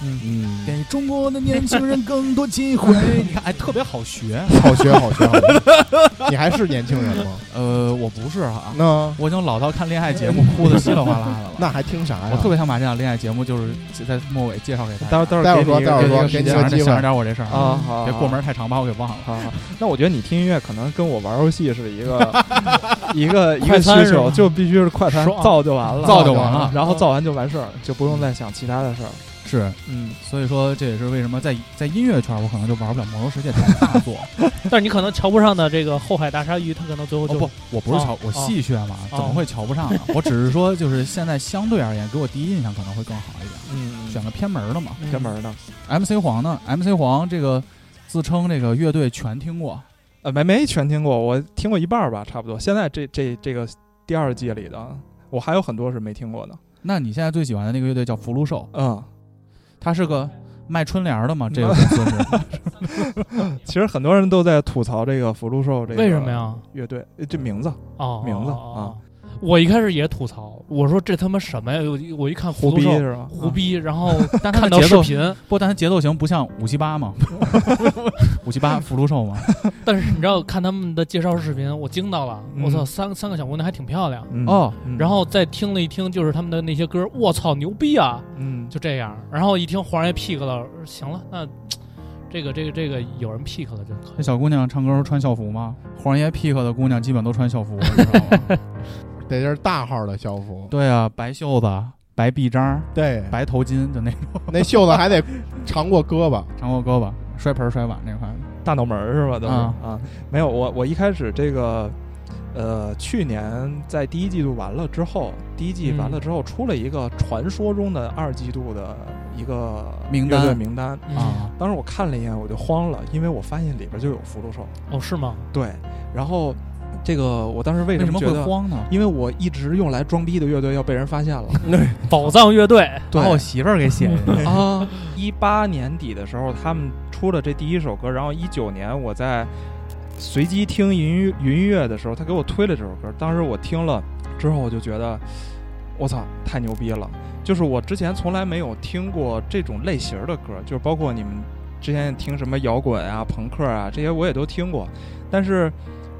Speaker 6: 嗯，
Speaker 3: 给中国的年轻人更多机会。 你看，哎，特别好学。
Speaker 6: 好学好学好 学，你还是年轻人吗？
Speaker 3: 呃，我不是啊，
Speaker 6: 那
Speaker 3: 我已经老到看恋爱节目哭的稀里哗啦 的了。
Speaker 6: 那还听啥呀？
Speaker 3: 我特别想把这档恋爱节目，就是在末尾介绍给大家。
Speaker 4: 待会儿待会
Speaker 6: 待
Speaker 4: 儿
Speaker 6: 会儿
Speaker 4: 给你一个
Speaker 6: 说待会儿说
Speaker 4: 这个
Speaker 6: 给
Speaker 3: 给
Speaker 6: 你
Speaker 3: 想
Speaker 6: 个
Speaker 3: 着
Speaker 6: 机
Speaker 3: 点
Speaker 6: 会
Speaker 3: 想着点我这事儿
Speaker 4: 啊，好，
Speaker 3: 别
Speaker 4: 好
Speaker 3: 过门。太长，嗯把我给忘了。
Speaker 4: 好，好那我觉得你听音乐可能跟我玩游戏是一个一个一个
Speaker 5: 快餐
Speaker 4: 需
Speaker 5: 是
Speaker 4: 求，
Speaker 5: 吗
Speaker 4: 就必须是快餐
Speaker 5: 爽
Speaker 4: 造就完了，
Speaker 3: 造就完
Speaker 5: 啊
Speaker 3: 了
Speaker 5: 嗯
Speaker 4: 然后造完就完事儿，就不用再想其他的事儿。
Speaker 3: 是，
Speaker 4: 嗯，
Speaker 3: 所以说这也是为什么在在音乐圈我可能就玩不了《魔兽世界》太大作。
Speaker 5: 但是你可能瞧不上的这个后海大鲨鱼，它可能最后
Speaker 3: 哦
Speaker 5: 就
Speaker 3: 不， 我不是瞧
Speaker 5: 哦，
Speaker 3: 我
Speaker 5: 哦
Speaker 3: 戏谑嘛，怎么会瞧不上呢？啊 我只是说，就是现在相对而言，给我第一印象可能会更好一点，
Speaker 4: 嗯
Speaker 3: 选个偏门儿的嘛。
Speaker 4: 偏门的，
Speaker 3: MC 黄呢？MC 黄这个自称这个乐队全听过，
Speaker 4: 呃，没没全听过，我听过一半儿吧，差不多。现在这这这个第二季里的，我还有很多是没听过的。
Speaker 3: 那你现在最喜欢的那个乐队叫福禄寿，
Speaker 4: 嗯，
Speaker 3: 它是个卖春联儿的嘛？这个公司是
Speaker 4: 其实很多人都在吐槽这个福禄寿这个
Speaker 5: 为什么呀？
Speaker 4: 乐队呃这名字
Speaker 5: 哦，
Speaker 4: 名字啊
Speaker 5: 哦。哦哦我一开始也吐槽，我说这他妈什么呀？我我一看
Speaker 4: 胡
Speaker 5: 福
Speaker 4: 逼
Speaker 5: 禄寿
Speaker 4: 是吧？啊
Speaker 5: 胡逼，然后
Speaker 3: 但它
Speaker 5: 看
Speaker 3: 的
Speaker 5: 到
Speaker 3: 节
Speaker 5: 视
Speaker 3: 奏，
Speaker 5: 频，
Speaker 3: 不，但它节奏型不像五七八嘛， 五七八福禄寿嘛。
Speaker 5: 但是你知道看他们的介绍视频，我惊到了，
Speaker 4: 嗯
Speaker 5: 我操，三三个小姑娘还挺漂亮。
Speaker 4: 嗯，
Speaker 3: 哦，
Speaker 4: 嗯
Speaker 5: 然后再听了一听，就是他们的那些歌，我操，牛逼啊！
Speaker 4: 嗯，
Speaker 5: 就这样。然后一听黄爷 pick 了，行了，那这个这个这个有人 pick 了就可
Speaker 3: 那
Speaker 5: 以。
Speaker 3: 小姑娘唱歌时候穿校服吗？黄爷 pick 的姑娘基本都穿校服，你知道吗？
Speaker 6: 得是大号的校服，
Speaker 3: 对啊，白袖子、白臂章、
Speaker 6: 对，
Speaker 3: 白头巾，就那种。
Speaker 6: 那袖子还得长过胳膊。
Speaker 3: 长过胳膊，摔盆儿摔碗那块儿。
Speaker 4: 大脑门儿是吧？都是
Speaker 3: 啊
Speaker 4: 啊，没有，我我一开始这个。呃，去年在第一季度完了之后，第一季完
Speaker 3: 嗯
Speaker 4: 了之后，出了一个传说中的二季度的一个
Speaker 3: 名
Speaker 4: 乐
Speaker 3: 单
Speaker 4: 队名单。
Speaker 5: 嗯
Speaker 3: 啊，
Speaker 4: 当时我看了一眼，我就慌了，因为我发现里边就有福禄寿。
Speaker 5: 哦，是吗？
Speaker 4: 对，然后这个我当时为
Speaker 3: 为什么
Speaker 4: 觉
Speaker 3: 会
Speaker 4: 得？
Speaker 3: 慌呢？
Speaker 4: 因为我一直用来装逼的乐队要被人发现了。
Speaker 5: 宝藏乐队，
Speaker 4: 对
Speaker 3: 把我媳妇儿给写进去了。
Speaker 4: 啊，一八年底的时候，他们出了这第一首歌，然后一九年我在随机听云乐云乐的时候，他给我推了这首歌，当时我听了之后，我就觉得我操，太牛逼了！就是我之前从来没有听过这种类型的歌，就是包括你们之前听什么摇滚啊、朋克啊这些，我也都听过，但是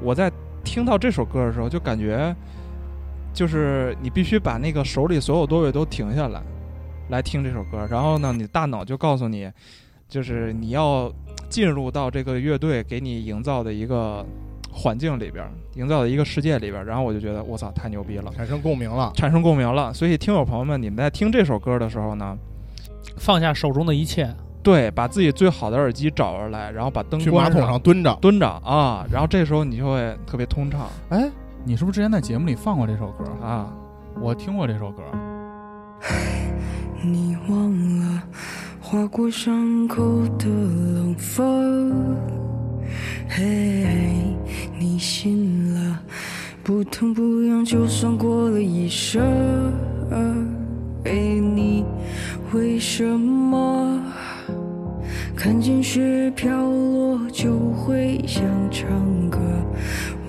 Speaker 4: 我在听到这首歌的时候，就感觉。就是你必须把那个手里所有东西都停下来，来听这首歌，然后呢，你大脑就告诉你，就是你要进入到这个乐队给你营造的一个环境里边儿，营造的一个世界里边儿，然后我就觉得我操，太牛逼了，
Speaker 6: 产生共鸣了。
Speaker 4: 产生共鸣了。所以听友朋友们，你们在听这首歌的时候呢，
Speaker 5: 放下手中的一切。
Speaker 4: 对，把自己最好的耳机找出来，然后把灯
Speaker 6: 去马
Speaker 4: 关
Speaker 6: 桶
Speaker 4: 上，
Speaker 6: 上蹲着。
Speaker 4: 蹲着啊，然后这时候你就会特别通畅
Speaker 3: 哎，你是不是之前在节目里放过这首歌？
Speaker 4: 啊。
Speaker 3: 我听过这首歌。
Speaker 11: 你忘了划过伤口的冷风，嘿，你信了，不痛不痒，就算过了一生。哎，你为什么看见雪飘落就会想唱歌？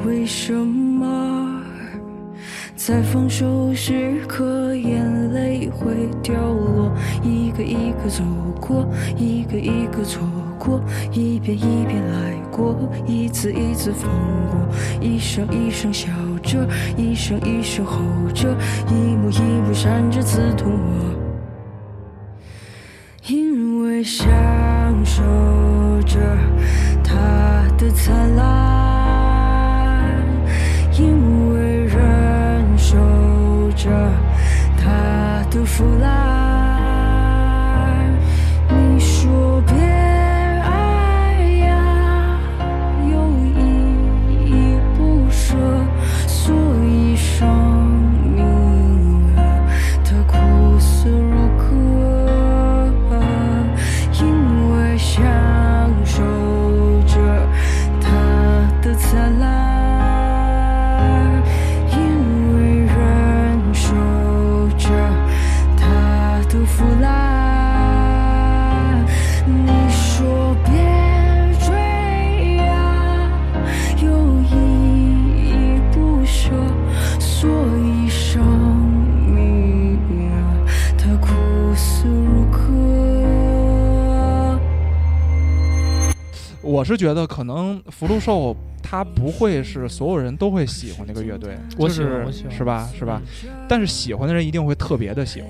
Speaker 11: 为什么？在放手时刻，眼泪会掉落，一个一个走过，一个一个错过，一遍一遍来过，一次一次放过，一声一声笑着，一声一声吼着，一幕一幕闪着刺痛我。因为享受着它的灿烂，因为忍受着它的腐烂。你说别爱呀，又依依不舍，所以生命啊，它苦涩如歌，因为享受着它的灿烂，因为忍受着它的腐烂。你说别追呀，又依依不舍，所以生命啊，它苦涩如歌。
Speaker 4: 我是觉得可能福禄寿他不会是所有人都会喜欢这个乐队，
Speaker 5: 我
Speaker 4: 就
Speaker 5: 喜欢
Speaker 4: 是
Speaker 5: 我喜欢
Speaker 4: 是吧？是吧？但是喜欢的人一定会特别的喜欢，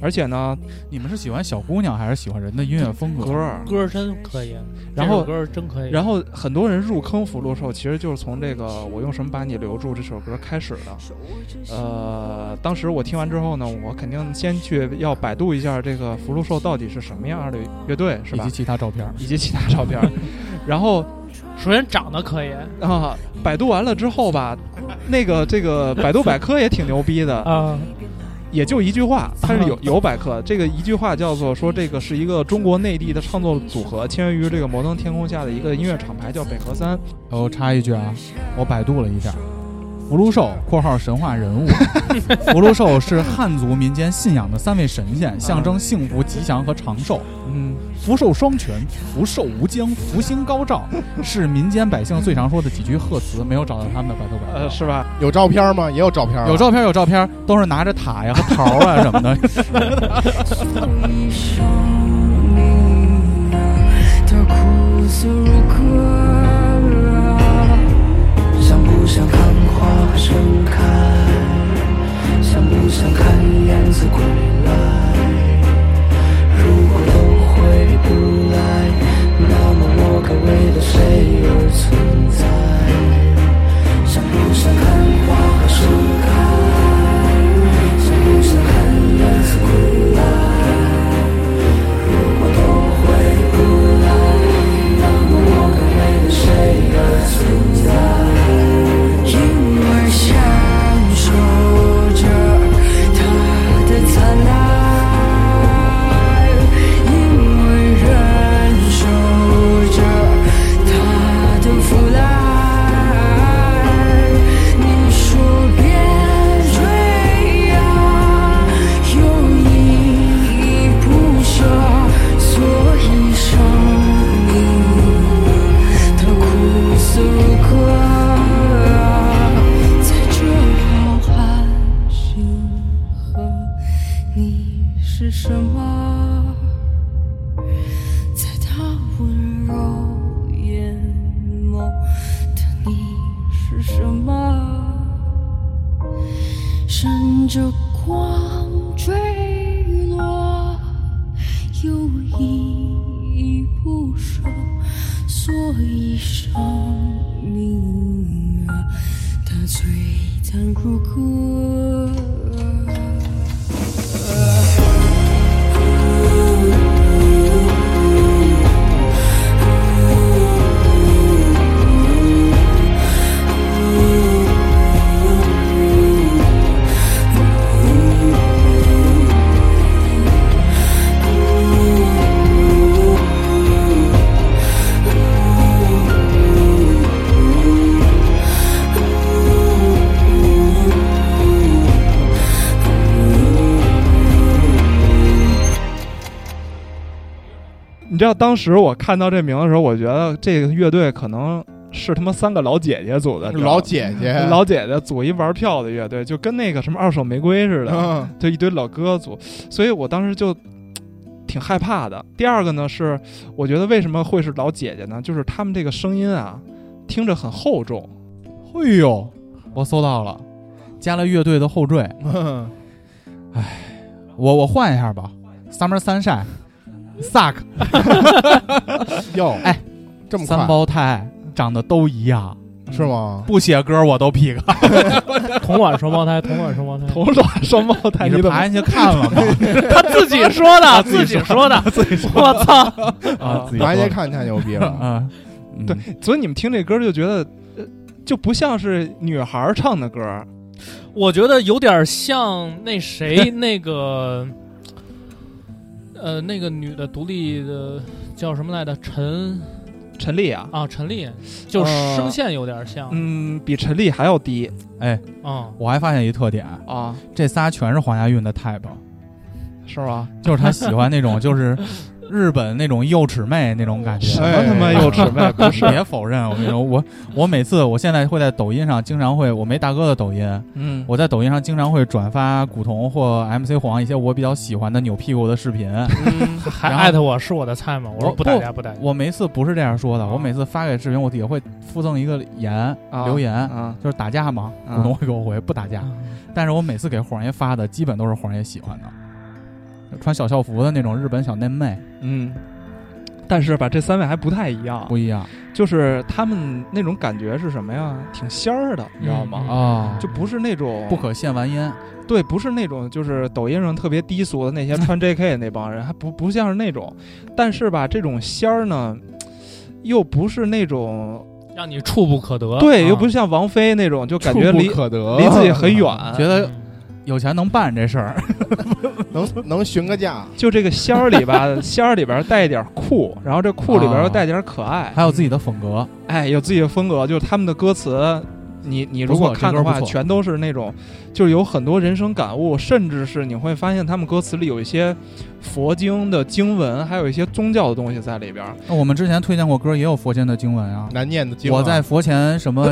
Speaker 4: 而且呢，
Speaker 3: 你们是喜欢小姑娘还是喜欢人的音乐风格？
Speaker 4: 歌儿，
Speaker 5: 歌儿真可以，
Speaker 4: 然
Speaker 5: 这首
Speaker 4: 后
Speaker 5: 歌儿真可以，
Speaker 4: 然后很多人入坑福禄寿，其实就是从这个“我用什么把你留住”这首歌开始的。呃，当时我听完之后呢，我肯定先去要百度一下这个福禄寿到底是什么样的乐队，是
Speaker 3: 以
Speaker 4: 吧
Speaker 3: 及？其他照片。
Speaker 4: 以及其他照片 儿。然后
Speaker 5: 首先长得 可以
Speaker 4: 啊，百度完了之后吧，那个这个百度百科也挺牛逼的，
Speaker 5: 啊，
Speaker 4: 也就一句话，它是有有百科，这个一句话叫做说这个是一个中国内地的创作组合，签约于这个摩登天空下的一个音乐厂牌叫北河三。
Speaker 3: 哦，插一句啊，我百度了一下，福禄寿 （括号神话人物），福禄寿是汉族民间信仰的三位神仙，象征幸福、吉祥和长寿。
Speaker 4: 嗯，
Speaker 3: 福寿双全，福寿无疆，福星高照，是民间百姓最常说的几句贺词。没有找到他们的百度百科。
Speaker 4: 呃，是吧？
Speaker 6: 有照片吗？也有照片啊，
Speaker 3: 有照片，有照片，都是拿着塔呀、和桃啊什么 的。
Speaker 11: 所以生命啊，它苦涩如歌。
Speaker 7: 想不想看花盛开？想不想看燕子归来？如果都回不来，那么我该为了谁而存在？想不想看花盛开？想不想看燕子归来？如果都回不来，那么我该为了谁而存在？
Speaker 11: 因为享受着它的灿烂，因为忍受着它的腐烂。你说别追啊呀，又依依不舍，所以生命。它苦涩如歌，啊在这浩瀚星河，你是什么？在它温柔眼眸的你是什么？闪着光坠落，又依依不舍，所以生命啊，它璀璨如歌。
Speaker 4: 你知道当时我看到这名的时候，我觉得这个乐队可能是他妈三个老姐姐组的，你知道吗
Speaker 6: 老姐姐，
Speaker 4: 老姐姐组一玩票的乐队，就跟那个什么二手玫瑰似 的，
Speaker 6: 嗯，
Speaker 4: 就一堆老哥组，所以我当时就嘖挺害怕的。第二个呢是，我觉得为什么会是老姐姐呢？就是他们这个声音啊，听着很厚重，
Speaker 3: 哎呦，我搜到了，加了乐队的后缀。
Speaker 6: 嗯
Speaker 3: 我我换一下吧，Summer Sunshine。Suck，
Speaker 6: 哟，
Speaker 3: 哎，
Speaker 6: 这么快
Speaker 3: 三，胞胎长得都一样，
Speaker 4: 嗯
Speaker 6: 是吗？
Speaker 3: 不写歌我都 pick。
Speaker 5: 同卵双胞胎，同卵双胞 胎，
Speaker 4: 同卵双胞胎，
Speaker 3: 你
Speaker 4: 哎你
Speaker 3: 是
Speaker 4: 怎么
Speaker 3: 爬进去看了 吗？
Speaker 5: 他自己说的，自己说的， 我操！
Speaker 3: 啊， 自己
Speaker 6: 完
Speaker 3: 说
Speaker 6: 爷看太牛逼了，
Speaker 3: 啊，
Speaker 4: 对所以你们听这歌就觉得，呃，就不像是女孩儿唱的歌儿，
Speaker 5: 我觉得有点像那 谁那个，呃，那个女的独立的叫什么来着？陈
Speaker 4: 陈粒啊，
Speaker 5: 啊，陈丽，就
Speaker 4: 呃
Speaker 5: 声线有点像，
Speaker 4: 嗯，比陈粒还要低
Speaker 5: 嗯，
Speaker 3: 我还发现一特点，
Speaker 4: 啊，
Speaker 3: 这仨全是黄家韵的 type，
Speaker 4: 是吗？
Speaker 3: 就是他喜欢那种就是 日本那种幼齿妹那种感
Speaker 4: 什
Speaker 3: 觉。
Speaker 4: 么他妈
Speaker 6: 哎
Speaker 4: 幼稚妹？不是，
Speaker 3: 别否认，我跟你说，我我每次我现在会在抖音上经常会，我没大哥的抖音，
Speaker 4: 嗯，
Speaker 3: 我在抖音上经常会转发古潼或 MC 黄一些我比较喜欢的扭屁股的视频。
Speaker 5: 还
Speaker 3: 然后
Speaker 5: 艾特我是我的菜吗？我说
Speaker 3: 我
Speaker 5: 不打架，不打架。
Speaker 3: 我每次不是这样说的，我每次发给视频，我底下会附赠一个言、
Speaker 4: 啊
Speaker 3: 留言，
Speaker 4: 啊，
Speaker 3: 就是打架嘛。
Speaker 4: 啊
Speaker 3: 古潼会给我回不打
Speaker 5: 嗯
Speaker 3: 架，但是我每次给晃爷发的基本都是晃爷喜欢的，穿小校服的那种日本小嫩妹
Speaker 4: 嗯。但是吧，这三位还不太一样，
Speaker 3: 不一样
Speaker 4: 就是他们那种感觉是什么呀？挺仙儿的，你知道吗？
Speaker 5: 嗯
Speaker 3: 啊
Speaker 4: 就不是那种
Speaker 3: 不可现完焉。
Speaker 4: 对，不是那种就是抖音上特别低俗的那些穿 JK 那帮人，还不不像是那种。但是吧，这种仙儿呢，又不是那种
Speaker 5: 让你触不可得。
Speaker 4: 对，
Speaker 5: 啊
Speaker 4: 又不像王菲那种，就感觉
Speaker 6: 触不
Speaker 4: 离
Speaker 6: 可得，
Speaker 4: 离自己很远。
Speaker 3: 觉得
Speaker 5: 嗯
Speaker 3: 有钱能办这事儿，
Speaker 6: 能能询个价，
Speaker 4: 就这个仙儿里吧， 仙儿里边带一点酷，然后这酷里边
Speaker 3: 啊
Speaker 4: 又带点可爱，
Speaker 3: 还有自己的风格，
Speaker 4: 哎，有自己的风格，就是他们的歌词。你你如果
Speaker 3: 不错
Speaker 4: 看的
Speaker 3: 这歌不
Speaker 4: 话，
Speaker 3: 错
Speaker 4: 全都是那种，就是有很多人生感悟，甚至是你会发现他们歌词里有一些佛经的经文，还有一些宗教的东西在里边儿。
Speaker 3: 那我们之前推荐过歌，也有佛前的经文啊。
Speaker 6: 难念的经啊。
Speaker 3: 我在佛前什么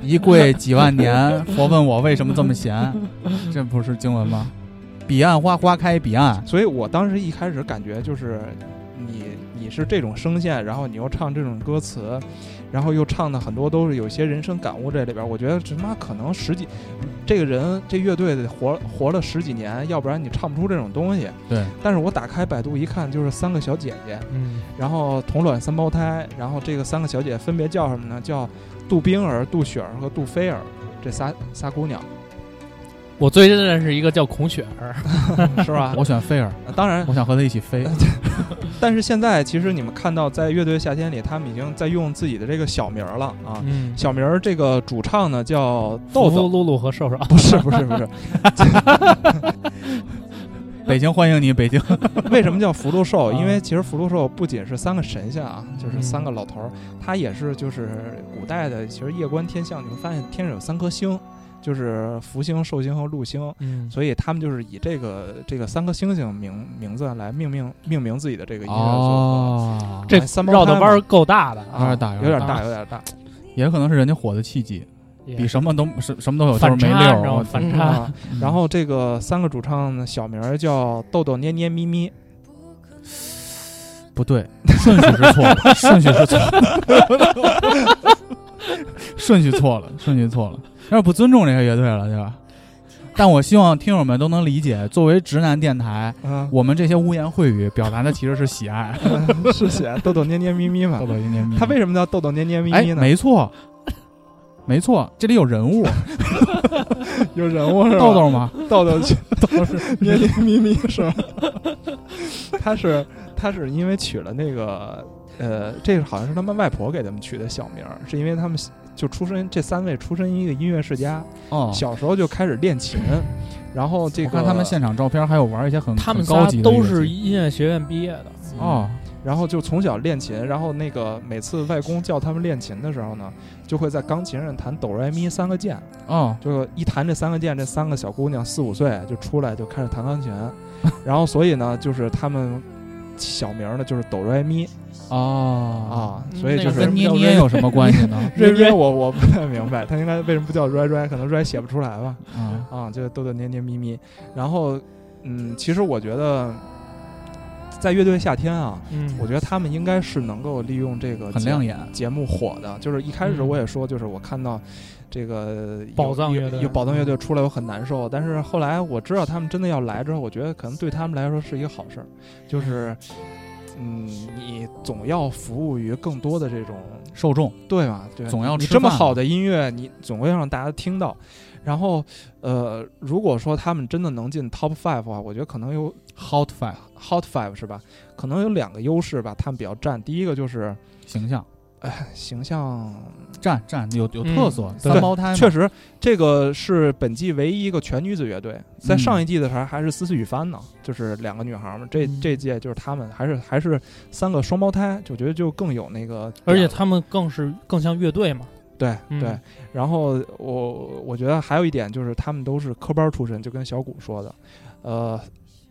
Speaker 3: 一跪几万年， 佛问我为什么这么闲，这不是经文吗？彼岸花花开彼岸，
Speaker 4: 所以我当时一开始感觉就是你你是这种声线，然后你又唱这种歌词，然后又唱的很多都是有些人生感悟这里边儿，我觉得这妈可能十几这个人这乐队得活活了十几年，要不然你唱不出这种东西。
Speaker 3: 对。
Speaker 4: 但是我打开百度一看，就是三个小姐姐，
Speaker 5: 嗯
Speaker 4: 然后同卵三胞胎，然后这个三个小姐分别叫什么呢？叫杜冰儿、杜雪儿和杜菲儿。这仨仨姑娘
Speaker 5: 我最认识一个叫孔雪儿，
Speaker 4: 是吧？
Speaker 3: 我选菲尔，
Speaker 4: 当然，
Speaker 3: 我想和他一起飞。
Speaker 4: 但是现在其实你们看到，在乐队夏天里，他们已经在用自己的这个小名儿了啊。
Speaker 5: 嗯，
Speaker 4: 小名儿这个主唱呢叫豆
Speaker 5: 芙芙
Speaker 4: 豆，啊
Speaker 5: 露露和瘦瘦，
Speaker 4: 不是不是不是，
Speaker 3: 北京欢迎你，北京。
Speaker 4: 为什么叫福禄寿？
Speaker 5: 啊
Speaker 4: 因为其实福禄寿不仅是三个神仙啊，就是三个老头儿，他也是就是古代的，其实夜观天象，你会发现天上有三颗星，就是福星、寿星和禄星。
Speaker 5: 嗯，
Speaker 4: 所以他们就是以这个这个三颗星星名名字来命名命名自己的这个音乐作
Speaker 3: 哦，
Speaker 5: 这
Speaker 4: 哎三胞胎
Speaker 5: 绕的弯儿
Speaker 4: 嘛
Speaker 5: 够大的
Speaker 4: 品
Speaker 5: 啊，
Speaker 4: 啊，
Speaker 3: 有点大
Speaker 4: 有
Speaker 3: 有点
Speaker 4: 点
Speaker 5: 大
Speaker 4: 大，有点大。
Speaker 3: 也可能是人家火的契机，
Speaker 5: 也
Speaker 3: 比什么都什什么都有，就是
Speaker 5: 反
Speaker 3: 没
Speaker 5: 差，你知道
Speaker 3: 溜
Speaker 5: 吗？
Speaker 3: 儿。
Speaker 5: 反差，
Speaker 4: 啊
Speaker 3: 嗯
Speaker 4: 然后这个三个主唱呢，小名儿叫豆豆、捏捏、咪咪，
Speaker 3: 不对，顺序是错 了，顺序是错了，顺序错了，顺序错了，有点不尊重这个乐队了，对吧？但我希望听友们都能理解，作为直男电台，
Speaker 4: 啊，
Speaker 3: 我们这些污言秽语表达的其实是喜 爱。
Speaker 4: 是写嗯豆豆、捏捏、咪咪嘛
Speaker 3: 豆？豆一年咪
Speaker 4: 他为什么叫豆豆、捏捏、咪
Speaker 3: 哎，
Speaker 4: 咪呢？
Speaker 3: 没错，没错，这里有人物，
Speaker 4: 有人物是吧？
Speaker 3: 豆豆嘛，
Speaker 4: 豆豆去豆是捏捏咪咪是吧？ 他是他是因为取了那个呃，这个好像是他们外婆给他们取的小名儿，是因为他们就出身这三位出身于一个音乐世家，
Speaker 3: 哦，
Speaker 4: 小时候就开始练琴，然后这
Speaker 3: 我
Speaker 4: 个
Speaker 3: 看他们现场照片，还有玩一些很
Speaker 5: 他们
Speaker 3: 很高
Speaker 5: 仨
Speaker 3: 级的
Speaker 5: 都
Speaker 3: 乐器
Speaker 5: 是音乐学院毕业的，
Speaker 3: 哦，
Speaker 4: 然后就从小练琴，然后那个每次外公叫他们练琴的时候呢，就会在钢琴上弹哆来咪三个键，
Speaker 3: 哦，
Speaker 4: 就一弹这三个键，这三个小姑娘四五岁就出来就开始弹钢琴，然后所以呢，就是他们小名儿呢就是哆来咪
Speaker 3: 哦
Speaker 4: 啊，所以就
Speaker 5: 那
Speaker 4: 是
Speaker 5: 个
Speaker 3: 跟捏捏有什么关系 呢？
Speaker 4: 瑞瑞我我不太明白，他应该为什么不叫 r 瑞，可能 r 瑞写不出来吧。
Speaker 3: 啊，
Speaker 4: 啊，就逗逗捏捏咪咪。然后，嗯，其实我觉得，在乐队夏天啊，
Speaker 5: 嗯，
Speaker 4: 我觉得他们应该是能够利用这个
Speaker 3: 很
Speaker 4: 节
Speaker 3: 亮眼。
Speaker 4: 节目火的。就是一开始
Speaker 5: 嗯
Speaker 4: 我也说，就是我看到这个有
Speaker 5: 宝藏
Speaker 4: 有
Speaker 5: 乐队
Speaker 4: 有宝藏乐队出来，我很难受。但是后来我知道他们真的要来之后，我觉得可能对他们来说是一个好事儿，就是。嗯，你总要服务于更多的这种
Speaker 3: 受众
Speaker 4: 对吧？对，
Speaker 3: 总要
Speaker 4: 你
Speaker 3: 吃
Speaker 4: 这么
Speaker 3: 饭
Speaker 4: 好
Speaker 3: 嘛
Speaker 4: 的音乐，你总会让大家听到。然后，呃，如果说他们真的能进 Top Five 的话，我觉得可能有
Speaker 3: hot five
Speaker 4: Hot Five 是吧？可能有两个优势吧，他们比较占。第一个就是，
Speaker 3: 形象，
Speaker 4: 哎，形象
Speaker 3: 站站有有
Speaker 5: 嗯
Speaker 3: 特色，
Speaker 5: 对
Speaker 3: 三胞胎嘛
Speaker 4: 确实，这个是本季唯一一个全女子乐队。在
Speaker 3: 嗯
Speaker 4: 上一季的时候还是思思雨帆呢，就是两个女孩儿嘛。这
Speaker 5: 嗯
Speaker 4: 这届就是她们，还是还是三个双胞胎，就觉得就更有那个
Speaker 5: 而
Speaker 4: 点
Speaker 5: 且
Speaker 4: 了。
Speaker 5: 他们更是更像乐队嘛，
Speaker 4: 对
Speaker 5: 嗯
Speaker 4: 对，然后我我觉得还有一点就是他们都是科班出身，就跟小谷说的，呃，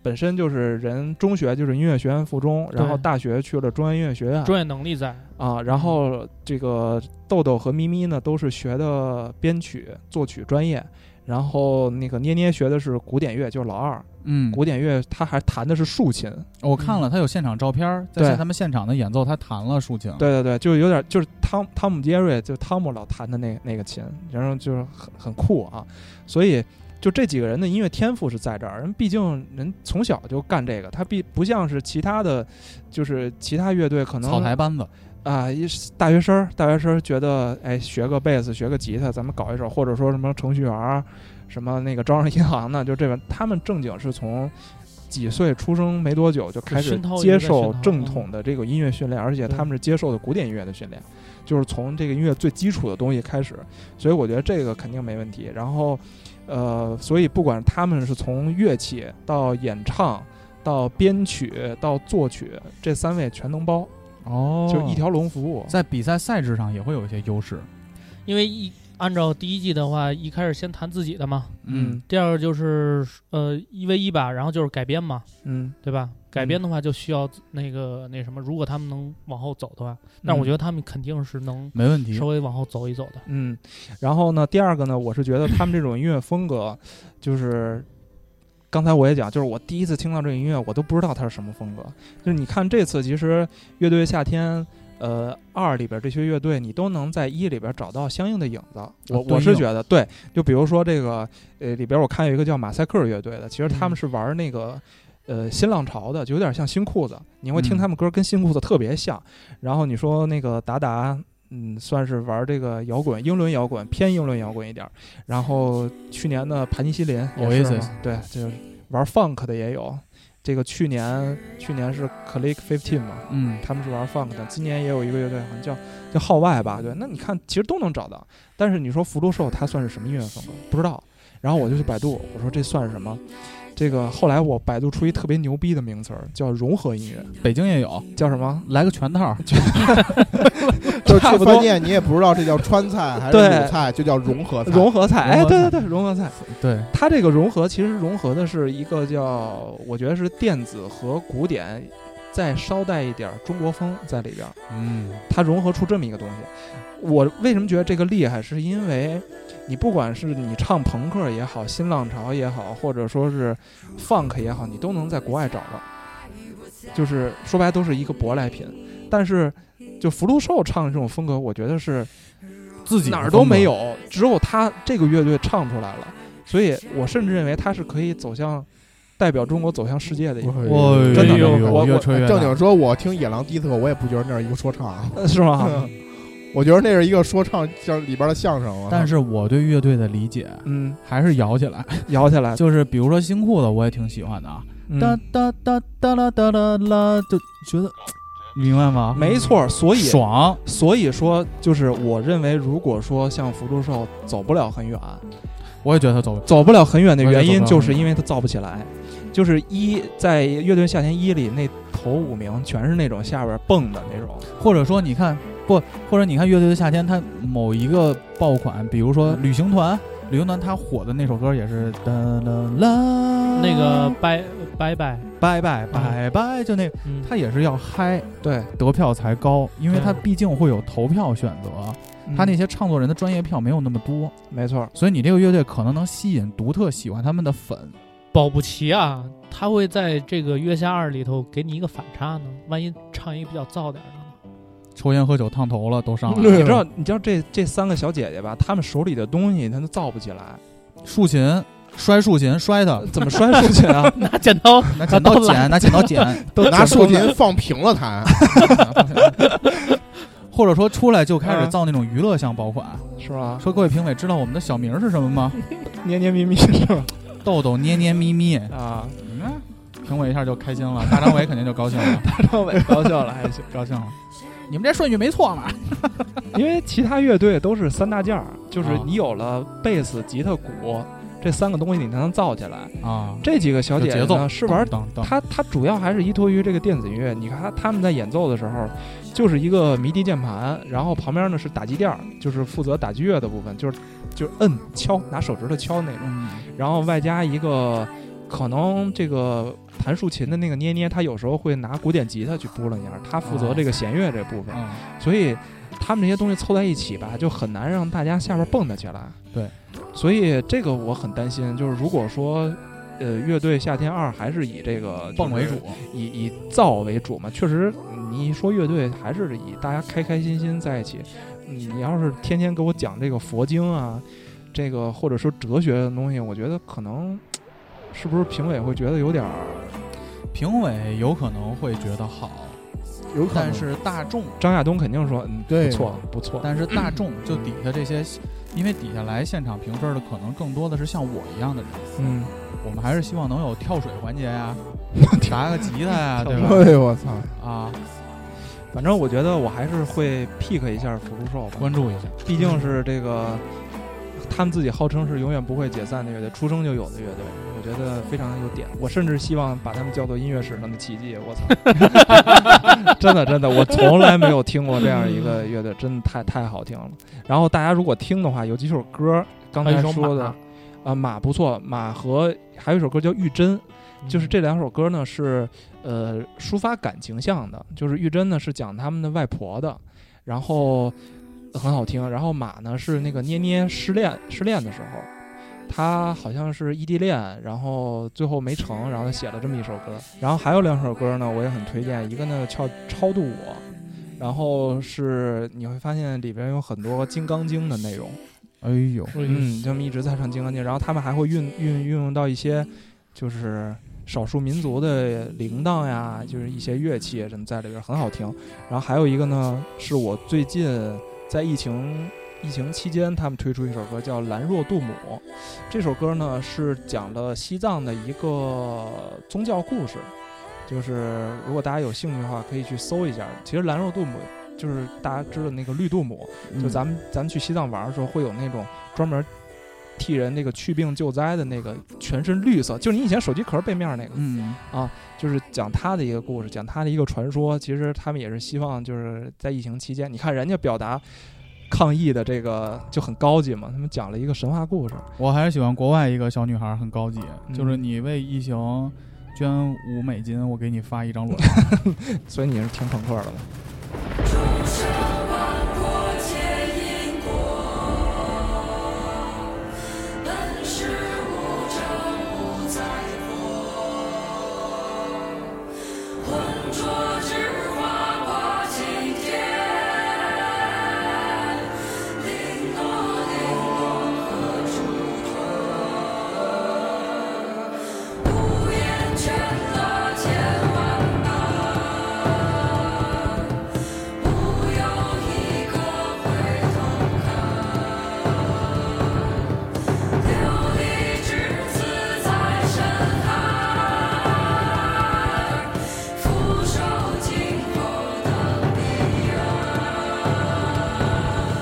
Speaker 4: 本身就是人中学就是音乐学院附中，然后
Speaker 5: 对
Speaker 4: 大学去了中央音乐学院
Speaker 5: 专业能力在，
Speaker 4: 啊，然后这个豆豆和咪咪呢都是学的编曲作曲专业，然后那个捏捏学的是古典乐，就是老二，
Speaker 3: 嗯，啊
Speaker 4: 古典乐他还弹的是竖琴，
Speaker 3: 我看了他有现场照片儿，
Speaker 4: 对
Speaker 3: 在他们现场的演奏，他弹了抒情，
Speaker 4: 对对对，就是有点就是汤汤姆杰瑞，就是汤姆老弹的那那个琴，然后就是很很酷啊。所以就这几个人的音乐天赋是在这儿，人毕竟人从小就干这个，他必不像是其他的，就是其他乐队可能
Speaker 3: 草台班子，
Speaker 4: 啊，一是大学生儿大学生儿觉得哎学个贝斯学个吉他，咱们搞一首，或者说什么程序员儿，什么那个招商银行的，就这个他们正经是从。几岁出生没多久就开始
Speaker 5: 熏陶一直在
Speaker 4: 接
Speaker 5: 熏
Speaker 4: 受
Speaker 5: 陶
Speaker 4: 正
Speaker 5: 嗯
Speaker 4: 统的这个音乐训练，而且
Speaker 5: 对
Speaker 4: 他们是接受的古典音乐的训练，就是从这个音乐最基础的东西开始，所以我觉得这个肯定没问题。然后，呃，所以不管他们是从乐器到演唱到编曲到作曲，这三位全能包，
Speaker 3: 哦
Speaker 4: 就一条龙服务。
Speaker 3: 在比赛赛制上也会有一些优势，
Speaker 5: 因为一按照第一季的话，一开始先弹自己的嘛，
Speaker 3: 嗯，
Speaker 5: 第二个就是呃一 v 一吧，然后就是改编嘛，
Speaker 4: 嗯，
Speaker 5: 对吧？改编的话就需要那个那什么，如果他们能往后走的话，
Speaker 4: 嗯
Speaker 5: 但我觉
Speaker 4: 得，
Speaker 5: 得他们肯定是能
Speaker 3: 没问题
Speaker 5: 稍，微往后走一走的。
Speaker 4: 嗯，然后呢，第二个呢，我是觉得他们这种音乐风格， 就是刚才我也讲，就是我第一次听到这个音乐，我都不知道它是什么风格。就是你看这次，其实乐队夏天。呃，二里边这些乐队，你都能在一里边找到相应的影子。我、
Speaker 3: 对
Speaker 4: 我是
Speaker 3: 应
Speaker 4: 觉得，对，就比如说这个，呃，里边我看有一个叫马赛克乐队的，其实他们
Speaker 5: 嗯
Speaker 4: 是玩那个，呃，新浪潮的，就有点像新裤子。你会听
Speaker 3: 嗯
Speaker 4: 他们歌跟新裤子特别像。然后你说那个达达，嗯，算是玩这个摇滚、英伦摇滚偏英伦摇滚一点儿。然后去年的盘尼西林哦也是
Speaker 3: Oasis
Speaker 4: 嘛，对，就是玩 funk 的也有。这个去年去年是 Click Fifteen 嘛，
Speaker 3: 嗯，
Speaker 4: 他们是玩 funk 的，今年也有一个乐队，好像叫叫号外吧，对，那你看其实都能找到，但是你说福禄寿它算是什么音乐风格，不知道。然后我就去百度，我说这算是什么？这个后来我百度出一特别牛逼的名词儿，叫融合音乐，
Speaker 3: 北京也有，
Speaker 4: 叫什么？
Speaker 3: 来个全套儿，
Speaker 6: 就是
Speaker 4: 差
Speaker 6: 去
Speaker 4: 不
Speaker 6: 饭
Speaker 4: 多
Speaker 6: 店你也不知道这叫川菜还是
Speaker 4: 对
Speaker 6: 鲁菜，就叫融合菜。
Speaker 4: 融合菜，哎，
Speaker 3: 融合
Speaker 4: 对
Speaker 3: 菜
Speaker 4: 对对，融合菜。
Speaker 3: 对，
Speaker 4: 它这个融合其实融合的是一个叫，我觉得是电子和古典，再捎带一点儿中国风在里边儿，
Speaker 3: 嗯，
Speaker 4: 它融合出这么一个东西。我为什么觉得这个厉害？是因为你不管是你唱朋克也好，新浪潮也好，或者说是 funk 也好，你都能在国外找到，就是说白了都是一个舶来品。但是就福禄寿唱的这种风格，我觉得是
Speaker 3: 自己的
Speaker 4: 哪儿都
Speaker 3: 风格
Speaker 4: 没，有，只有他这个乐队唱出来了。所以我甚至认为他是可以走向代表中国走向世界的一个，
Speaker 3: 哇
Speaker 6: 真的
Speaker 3: 哎呦
Speaker 6: 没有
Speaker 4: 我
Speaker 3: 越
Speaker 4: 我
Speaker 3: 吹越
Speaker 6: 哎正
Speaker 3: 大
Speaker 6: 经说，我听野狼第一次，我也不觉得那是一个说唱啊，
Speaker 4: 呃是吗？
Speaker 6: 我觉得那是一个说唱，像里边的相声啊了。
Speaker 3: 但是我对乐队的理解
Speaker 4: 嗯，
Speaker 3: 还是摇起来，
Speaker 4: 摇起来，
Speaker 3: 就是比如说新裤子，我也挺喜欢的啊，
Speaker 4: 嗯
Speaker 3: 哒哒哒哒啦哒啦啦，就觉得，你明白吗？
Speaker 4: 没错。所以
Speaker 3: 爽，
Speaker 4: 所以说，就是我认为，如果说像福禄寿走不了很远，
Speaker 3: 我也觉得他走不，
Speaker 4: 走不了很远的原
Speaker 3: 我也走
Speaker 4: 因，
Speaker 3: 不了很远
Speaker 4: 就是因为他造不起来。就是一在乐队夏天一里那头五名全是那种下边蹦的那种，
Speaker 3: 或者说你看不，或者你看乐队的夏天，他某一个爆款，比如说旅行团，旅行团他火的那首歌也是哒啦啦，
Speaker 5: 那个拜拜拜，
Speaker 3: 拜拜拜拜，就那个，
Speaker 5: 嗯，
Speaker 3: 他也是要嗨，
Speaker 4: 对，
Speaker 3: 得票才高，因为他
Speaker 5: 对嗯
Speaker 3: 毕竟会有投票选择，他那些唱作人的专业票没有那么多，
Speaker 4: 嗯没错，
Speaker 3: 所以你这个乐队可能能吸引独特喜欢他们的粉。
Speaker 5: 保不齐啊，他会在这个月下二里头给你一个反差呢。万一唱一个比较燥点儿的呢，
Speaker 3: 抽烟喝酒烫头了都上来了，
Speaker 4: 你知道，你知道这这三个小姐姐吧，她们手里的东西她都造不起来。
Speaker 3: 竖琴摔竖琴摔 的，
Speaker 4: 怎么摔竖琴啊？
Speaker 5: 拿剪刀
Speaker 3: 拿剪刀剪，拿剪刀剪，
Speaker 4: 都
Speaker 6: 拿竖琴放平 了弹，
Speaker 3: 或者说出来就开始
Speaker 4: 啊
Speaker 3: 造那种娱乐向爆款，
Speaker 4: 是吧？
Speaker 3: 说各位评委知道我们的小名是什么 吗？
Speaker 4: 捏捏咪咪是吧？
Speaker 3: 豆豆捏捏咪咪，
Speaker 4: 啊，
Speaker 3: 嗯，评委一下就开心了，大张伟肯定就高兴 了，
Speaker 4: 张伟高效了还行，
Speaker 3: 高兴了。你们这顺序没错嘛？
Speaker 4: 因为其他乐队都是三大件儿，就是
Speaker 3: 啊
Speaker 4: 你有了贝斯、吉他、鼓这三个东西，你才能造起来。
Speaker 3: 啊，
Speaker 4: 这几个小
Speaker 3: 有
Speaker 4: 姐姐
Speaker 3: 节奏
Speaker 4: 呢是玩
Speaker 3: 等等，
Speaker 4: 它它主要还是依托于这个电子音乐。你看它他们在演奏的时候，就是一个迷笛键盘，然后旁边呢是打击垫儿，就是负责打击乐的部分，就是就是摁敲，拿手指头敲那种。
Speaker 3: 嗯
Speaker 4: 然后外加一个可能这个弹竖琴的那个捏捏，他有时候会拿古典吉他去拨楞一下，他负责这个弦乐这部分，
Speaker 3: 嗯，
Speaker 4: 所以他们这些东西凑在一起吧，就很难让大家下边蹦跶起来。
Speaker 3: 对，
Speaker 4: 所以这个我很担心，就是如果说。呃，乐队夏天二还是以这个
Speaker 3: 蹦为主，，
Speaker 4: 以以造为主嘛。确实，你一说乐队，还是以大家开开心心在一起。嗯你你要是天天给我讲这个佛经啊，这个或者说哲学的东西，我觉得可能是不是评委会觉得有点儿
Speaker 3: 评委有可能会觉得好，
Speaker 6: 有可能
Speaker 3: 但是大众，
Speaker 4: 张亚东肯定说，嗯，
Speaker 6: 对
Speaker 4: 不错不错，
Speaker 3: 但是大众就底下这些，因为底下来现场评分的可能更多的是像我一样的人，
Speaker 4: 嗯，
Speaker 3: 我们还是希望能有跳水环节呀、打个吉他呀、对吧？
Speaker 6: 哎呦我操！
Speaker 3: 啊，
Speaker 4: 反正我觉得我还是会 pick 一下福禄寿吧，
Speaker 3: 关注一下，
Speaker 4: 毕竟是这个他们自己号称是永远不会解散的乐队，出生就有的乐队，我觉得非常有点。我甚至希望把他们叫做音乐史上的奇迹。我操， 真的真的，我从来没有听过这样一个乐队，真的太太好听了。然后大家如果听的话，有几首歌，刚才
Speaker 5: 还有一首
Speaker 4: 说的
Speaker 5: 马
Speaker 4: 啊、马不错，马和还有一首歌叫《玉珍》，
Speaker 5: 嗯
Speaker 4: 就是这两首歌呢是呃抒发感情向的，就是玉珍呢是讲他们的外婆的，然后呃很好听，然后马呢是那个捏捏失恋失恋的时候，他好像是异地恋，然后最后没成，然后他写了这么一首歌，然后还有两首歌呢我也很推荐，一个呢叫《超度我》，然后是你会发现里边有很多《金刚经》的内容。
Speaker 3: 哎呦，
Speaker 4: 嗯，他们一直在唱《金刚经》，然后他们还会运运运用到一些就是少数民族的铃铛呀，就是一些乐器啊什么在里边儿很好听。然后还有一个呢，是我最近在疫情疫情期间，他们推出一首歌叫《兰若杜姆》，这首歌呢是讲了西藏的一个宗教故事。就是如果大家有兴趣的话，可以去搜一下。其实兰若杜姆就是大家知道那个绿杜姆，就咱们咱们去西藏玩的时候，会有那种专门替人那个去病救灾的那个，全身绿色，就是你以前手机壳背面那个，
Speaker 3: 嗯，
Speaker 4: 就是讲他的一个故事，讲他的一个传说。其实他们也是希望就是在疫情期间，你看人家表达抗议的这个就很高级嘛，他们讲了一个神话故事。
Speaker 3: 我还是喜欢国外一个小女孩，很高级，
Speaker 4: 嗯
Speaker 3: 就是你为疫情捐五美金，我给你发一张裸照。
Speaker 4: 所以你是听朋克的吧？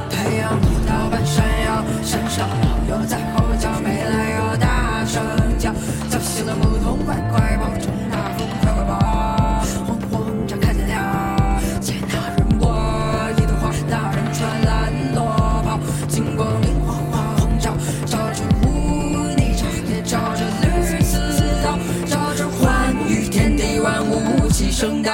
Speaker 11: 太阳一到半山腰，山上又在吼叫，没来由大声叫，叫醒了牧童，快快跑，趁大风快快跑，慌慌张看见了，见那人我一朵花，那人穿蓝罗袍，金光明晃晃晃照，照着污泥沼，也照着绿丝绦，照着欢愉天地万物齐声道。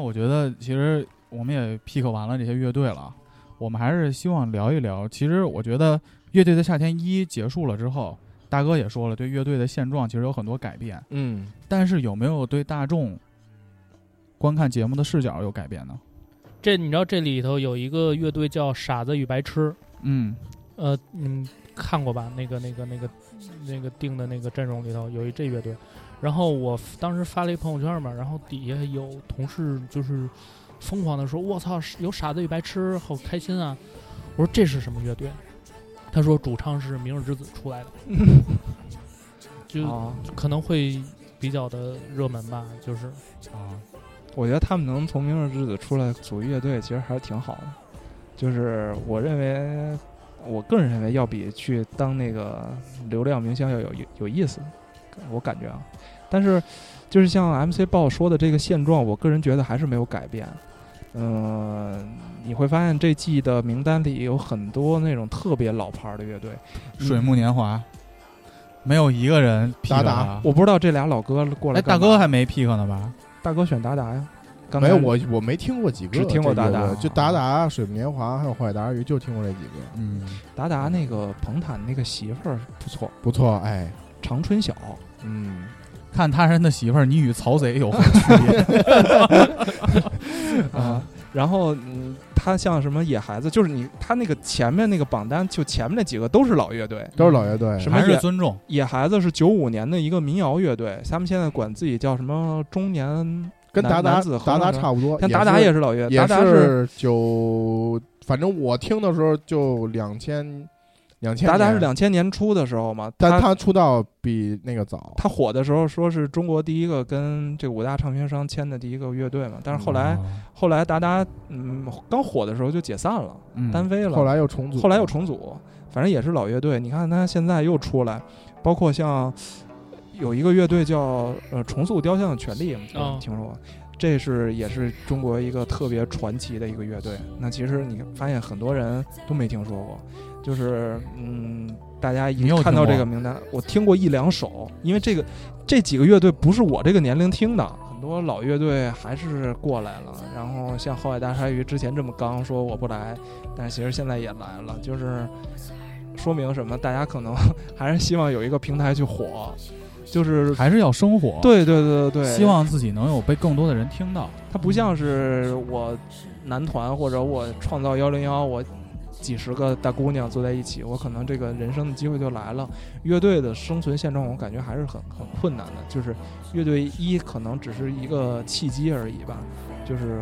Speaker 3: 我觉得其实我们也 pick 完了这些乐队了，我们还是希望聊一聊。其实我觉得《乐队的夏天一》结束了之后，大哥也说了，对乐队的现状其实有很多改变，
Speaker 6: 嗯，
Speaker 3: 但是有没有对大众观看节目的视角有改变呢？
Speaker 5: 这你知道这里头有一个乐队叫《傻子与白痴》，
Speaker 3: 嗯，
Speaker 5: 呃，你们看过吧？那个、那个、那个、那个定的那个阵容里头有一这乐队，然后我 f- 当时发了一朋友圈嘛，然后底下有同事就是疯狂的说：“我操，有傻子与白痴，好开心啊！”我说：“这是什么乐队？”他说：“主唱是明日之子出来的。就”
Speaker 4: 啊，
Speaker 5: 可能会比较的热门吧，就是
Speaker 3: 啊，
Speaker 4: 我觉得他们能从明日之子出来组乐队，其实还是挺好的。就是我认为，我个人认为要比去当那个流量明星要有有意思，我感觉啊。但是，就是像 MC 报说的这个现状，我个人觉得还是没有改变。嗯、你会发现这季的名单里有很多那种特别老牌儿的乐队，嗯
Speaker 3: 水木年华，没有一个人 pick
Speaker 6: 达达
Speaker 3: 啊
Speaker 4: 我不知道这俩老哥过来
Speaker 3: 哎，
Speaker 4: 干
Speaker 3: 大
Speaker 4: 嘛。
Speaker 3: 哥还没 pick 呢吧？
Speaker 4: 大哥选达达呀？刚才
Speaker 6: 没有我我没听过几个，
Speaker 4: 只听过
Speaker 6: 这乐
Speaker 4: 达达
Speaker 6: 队就达达、水木年华还有坏达鱼，就听过这几个，
Speaker 3: 嗯，
Speaker 4: 达达那个彭坦那个媳妇儿不错，
Speaker 6: 不错，哎，
Speaker 4: 长春晓。
Speaker 6: 嗯，
Speaker 3: 看他人的媳妇儿，你与曹贼有何区别？
Speaker 4: 啊，然后嗯，他像什么野孩子，就是你他那个前面那个榜单，就前面那几个都是老乐队。
Speaker 6: 都是老乐队，
Speaker 4: 什么
Speaker 3: 还
Speaker 4: 也
Speaker 3: 是尊重？
Speaker 4: 野孩子是九五年的一个民谣乐队，他们现在管自己叫什么中年
Speaker 6: 跟
Speaker 4: 男
Speaker 6: 达达
Speaker 4: 男子
Speaker 6: 达
Speaker 4: 汉
Speaker 6: 达
Speaker 4: 是吧
Speaker 6: 差不多，
Speaker 4: 像达达
Speaker 6: 也
Speaker 4: 也
Speaker 6: 是
Speaker 4: 是老乐，
Speaker 6: 也
Speaker 4: 呃达达是
Speaker 6: 九，反正我听的时候就两千两千，
Speaker 4: 达达是，两千年初的时候嘛，
Speaker 6: 但
Speaker 4: 他
Speaker 6: 他出道比那个早，
Speaker 4: 他火的时候说是中国第一个跟这五大唱片商签的第一个乐队嘛，但是后
Speaker 3: 哦
Speaker 4: 来、后来达达嗯刚火的时候就解散了，
Speaker 3: 嗯
Speaker 4: 单飞了，
Speaker 6: 后来又重组，
Speaker 4: 后来又重组，反正也是老乐队。你看他现在又出来，包括像有一个乐队叫呃重塑雕像的权利，
Speaker 5: 哦
Speaker 4: 听说过。这是也是中国一个特别传奇的一个乐队。那其实你发现很多人都没听说过，就是嗯，大家
Speaker 3: 你
Speaker 4: 一
Speaker 3: 有
Speaker 4: 看
Speaker 3: 听
Speaker 4: 到
Speaker 3: 过
Speaker 4: 这个名单，我听过一两首，因为这个这几个乐队不是我这个年龄听的，很多老乐队还是过来了。然后像后海大鲨鱼之前这么刚说我不来，但是其实现在也来了，就是说明什么？大家可能还是希望有一个平台去火，就是
Speaker 3: 还是要生 活，，
Speaker 4: 对对对对对，
Speaker 3: 希望自己能有被更多的人听到。
Speaker 4: 它不像是我男团或者我创造幺零幺我。几十个大姑娘坐在一起，我可能这个人生的机会就来了。乐队的生存现状，我感觉还是很很困难的。就是乐队一可能只是一个契机而已吧，就是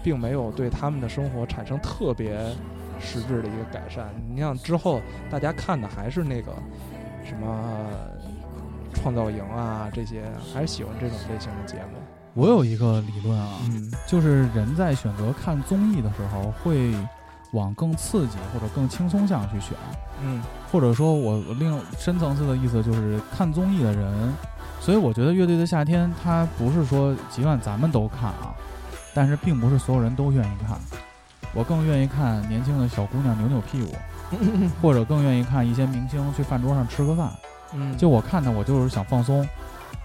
Speaker 4: 并没有对他们的生活产生特别实质的一个改善。你像之后大家看的还是那个什么创造营啊这些，还是喜欢这种类型的节目。
Speaker 3: 我有一个理论啊，
Speaker 4: 嗯，
Speaker 3: 就是人在选择看综艺的时候，会往更刺激或者更轻松向去选，
Speaker 4: 嗯
Speaker 3: 或者说我另深层次的意思就是看综艺的人，所以我觉得《乐队的夏天》它不是说即便咱们都看啊，但是并不是所有人都愿意看。我更愿意看年轻的小姑娘扭扭 屁股，或者更愿意看一些明星去饭桌上吃个饭。
Speaker 4: 嗯，
Speaker 3: 就我看的，我就是想放松，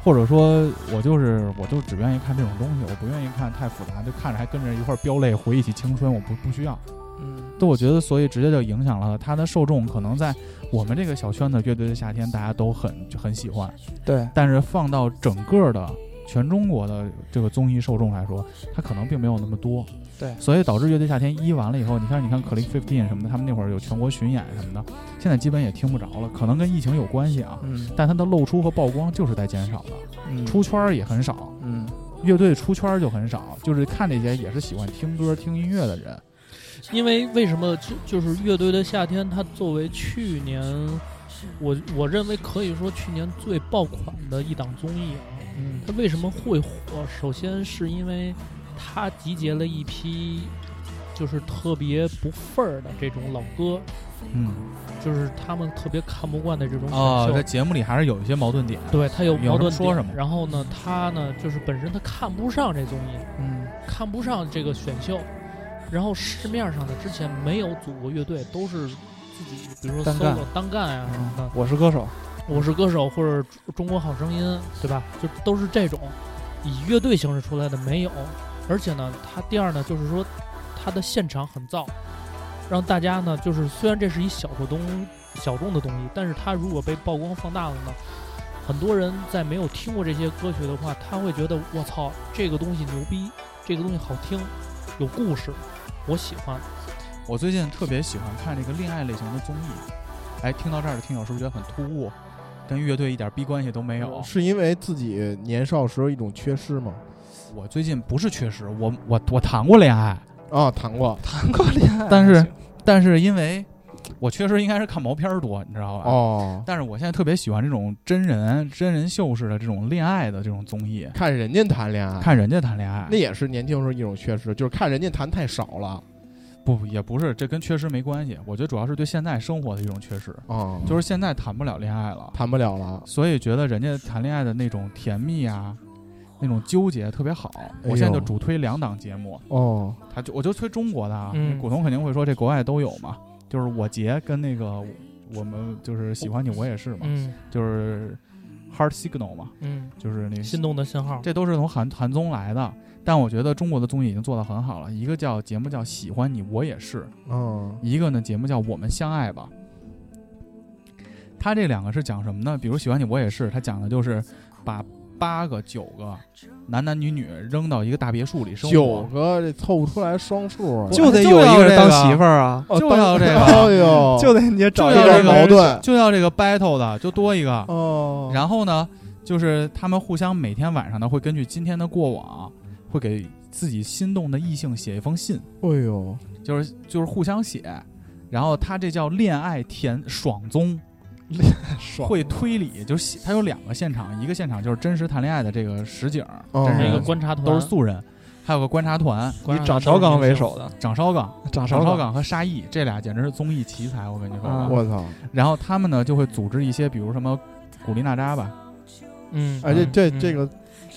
Speaker 3: 或者说，我就是我就只愿意看这种东西，我不愿意看太复杂，就看着还跟着一块儿飙泪，回忆起青春，我不不需要。
Speaker 4: 嗯
Speaker 3: 对，我觉得所以直接就影响了他的受众，可能在我们这个小圈子，乐队的夏天大家都很就很喜欢，
Speaker 4: 对，
Speaker 3: 但是放到整个的全中国的这个综艺受众来说，它可能并没有那么多。
Speaker 4: 对
Speaker 3: 所以导致乐队夏天一完了以后，你看，你看 Click Fifteen 什么的，他们那会儿有全国巡演什么的，现在基本也听不着了，可能跟疫情有关系啊。
Speaker 4: 嗯
Speaker 3: 但它的露出和曝光就是在减少的，
Speaker 4: 嗯
Speaker 3: 出圈儿也很少，
Speaker 4: 嗯
Speaker 3: 乐队出圈儿就很少，就是看这些也是喜欢听歌、听音乐的人，
Speaker 5: 因为为什么就就是乐队的夏天，它作为去年我我认为可以说去年最爆款的一档综艺啊，
Speaker 4: 嗯
Speaker 5: 它为什么会火？首先是因为它集结了一批就是特别不份儿的这种老哥，
Speaker 3: 嗯
Speaker 5: 就是他们特别看不惯的这种选
Speaker 3: 啊，
Speaker 5: 秀。
Speaker 3: 在节目里还是有一些矛盾点，
Speaker 5: 对他有矛
Speaker 3: 有
Speaker 5: 盾
Speaker 3: 什么说
Speaker 5: 点
Speaker 3: 什么
Speaker 5: 然后呢，他呢就是本身他看不上这综艺，
Speaker 4: 嗯
Speaker 5: 看不上这个选秀，然后市面上的之前没有组过乐队，都是自己，比如说
Speaker 4: 单
Speaker 5: solo
Speaker 4: 干
Speaker 5: 单干呀、什么的，
Speaker 4: 我是歌手，
Speaker 5: 《我是歌手》或者《中国好声音》，对吧？就都是这种以乐队形式出来的没有。而且呢，它第二呢，就是说它的现场很燥，让大家呢，就是虽然这是一小众东小众的东西，但是它如果被曝光放大了呢，很多人在没有听过这些歌曲的话，他会觉得我操，这个东西牛逼，这个东西好听，有故事，我喜欢。
Speaker 3: 我最近特别喜欢看这个恋爱类型的综艺。哎，听到这儿的听友是不是觉得很突兀？跟乐队一点逼关系都没有。
Speaker 6: 是因为自己年少时候一种缺失吗？
Speaker 3: 我最近不是缺失，我我我谈过恋 爱，
Speaker 6: 啊，谈过
Speaker 4: 谈过恋爱，
Speaker 3: 但是但是因为我确实应该是看毛片儿多，你知道吧？
Speaker 6: 哦，
Speaker 3: 但是我现在特别喜欢这种真人真人秀式的这种恋爱的这种综艺，
Speaker 6: 看人家谈恋爱，
Speaker 3: 看人家谈恋爱
Speaker 6: 啊那，也是年轻时候一种缺失，就是看人家谈太少了
Speaker 3: 不也不是这跟缺失没关系，我觉得主要是对现在生活的一种缺失，
Speaker 6: 啊，
Speaker 3: 就是是现在谈不了恋爱了，
Speaker 6: 谈不了了。
Speaker 3: 所以觉得人家谈恋爱的那种甜蜜啊，那种纠结特别好。我现在就主推两档节目，
Speaker 6: 哦，
Speaker 3: 他就我就推中国的啊，
Speaker 5: 嗯
Speaker 3: 古潼肯定会说这国外都有嘛，就是我杰跟那个我们就是喜欢你我也是嘛，
Speaker 5: 嗯
Speaker 3: 就是 Heart Signal 嘛，
Speaker 5: 嗯，
Speaker 3: 就是那
Speaker 5: 心动的信号。
Speaker 3: 这都是从韩韩综来的。但我觉得中国的综艺已经做得很好了，一个叫节目叫《喜欢你我也是》，
Speaker 6: 嗯，
Speaker 3: 一个呢节目叫《我们相爱吧》。他这两个是讲什么呢？比如《喜欢你我也是》，他讲的就是把八个、九个男男女女扔到一个大别墅里生
Speaker 6: 九
Speaker 3: 活，
Speaker 6: 个这凑不出来双数啊，
Speaker 3: 就
Speaker 1: 得有一个人当媳妇儿啊，
Speaker 6: 哦
Speaker 3: 就
Speaker 6: 当
Speaker 3: 要这个
Speaker 6: 哎呦，
Speaker 1: 就得你找一
Speaker 3: 哦就要
Speaker 6: 有
Speaker 1: 个
Speaker 6: 点
Speaker 3: 这个
Speaker 6: 矛盾
Speaker 3: 就要这个 battle 的就多一个。
Speaker 6: 哦。
Speaker 3: 然后呢，就是他们互相每天晚上呢会根据今天的过往，会给自己心动的异性写一封信。
Speaker 6: 后，哎呦，
Speaker 3: 就是就是互相写，然后他这叫恋爱甜爽综，
Speaker 4: 爽
Speaker 3: 会推理，就是写他有两个现场，一个现场就是真实谈恋爱的这个实景，
Speaker 6: 哦
Speaker 3: 真
Speaker 5: 是一
Speaker 3: 人
Speaker 5: 个观察团，
Speaker 3: 都是素人，还有个观察团，
Speaker 5: 观察团
Speaker 4: 以掌勺刚为首的，
Speaker 3: 掌烧岗、
Speaker 4: 掌
Speaker 3: 掌烧
Speaker 4: 岗，
Speaker 3: 岗和沙溢这俩简直是综艺奇才，我跟你说吧。
Speaker 4: 啊
Speaker 6: 我操！
Speaker 3: 然后他们呢就会组织一些，比如什么古力娜扎吧，
Speaker 5: 嗯，
Speaker 6: 哎，这这
Speaker 5: 嗯
Speaker 6: 这个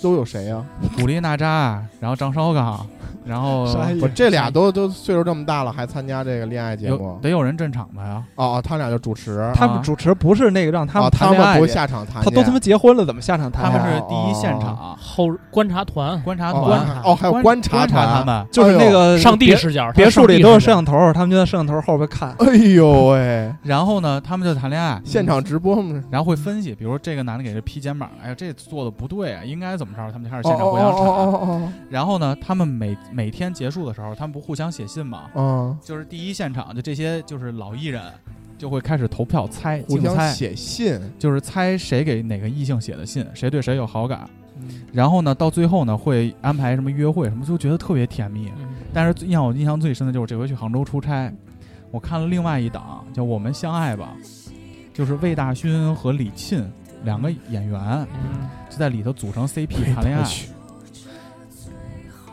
Speaker 6: 都有谁呀？
Speaker 3: 古力娜扎啊，然后张烧岗，然后
Speaker 4: 沙溢
Speaker 6: 我这俩都都岁数这么大了，还参加这个恋爱节
Speaker 3: 有
Speaker 6: 目？
Speaker 3: 得有人镇场的啊呀。
Speaker 6: 哦哦，他俩就主持，
Speaker 4: 他们主持不是那个让他
Speaker 6: 啊
Speaker 4: 们
Speaker 6: 他
Speaker 4: 谈恋爱
Speaker 6: 们
Speaker 4: 去
Speaker 6: 不下场谈
Speaker 4: 他
Speaker 6: 去，
Speaker 4: 都他妈结婚了，怎么下场
Speaker 3: 他
Speaker 4: 谈
Speaker 3: 们
Speaker 4: 呀？
Speaker 3: 是第一现场、
Speaker 5: 嗯后观察团，
Speaker 3: 观察
Speaker 6: 哦
Speaker 3: 团，
Speaker 6: 观哦，还有观察
Speaker 3: 观察他们，
Speaker 6: 哎
Speaker 4: 就是那个
Speaker 5: 上帝
Speaker 4: 呃别
Speaker 5: 视角，
Speaker 4: 别墅里都有摄
Speaker 5: 上
Speaker 4: 像头，他们就在摄像头后边看。
Speaker 6: 哎呦喂，
Speaker 3: 然后呢，他们就谈恋爱，
Speaker 6: 现场直播嘛，
Speaker 3: 然后会分析，比如说这个男的给这劈肩膀，哎呀，这做的不对啊，应该怎么着？他们就开始
Speaker 6: 哦
Speaker 3: 现场互
Speaker 6: 哦
Speaker 3: 相
Speaker 6: 哦
Speaker 3: 吵。
Speaker 6: 哦
Speaker 3: 然后呢，他们每每天结束的时候，他们不互相写信吗？
Speaker 6: 哦哦，
Speaker 3: 就是第一现场，就这些就是老艺人就会开始投票猜，
Speaker 6: 互
Speaker 3: 竞
Speaker 6: 相
Speaker 3: 猜，
Speaker 6: 写信，
Speaker 3: 就是猜谁给哪个异性写的信，谁对谁有好感。
Speaker 5: 嗯
Speaker 3: 然后呢，到最后呢，会安排什么约会什么，就觉得特别甜蜜。
Speaker 5: 嗯
Speaker 3: 但是最让我印象最深的就是这回去杭州出差，我看了另外一档叫《我们相爱吧》，就是魏大勋和李沁两个演员
Speaker 5: 嗯
Speaker 3: 就在里头组成 CP 谈恋爱，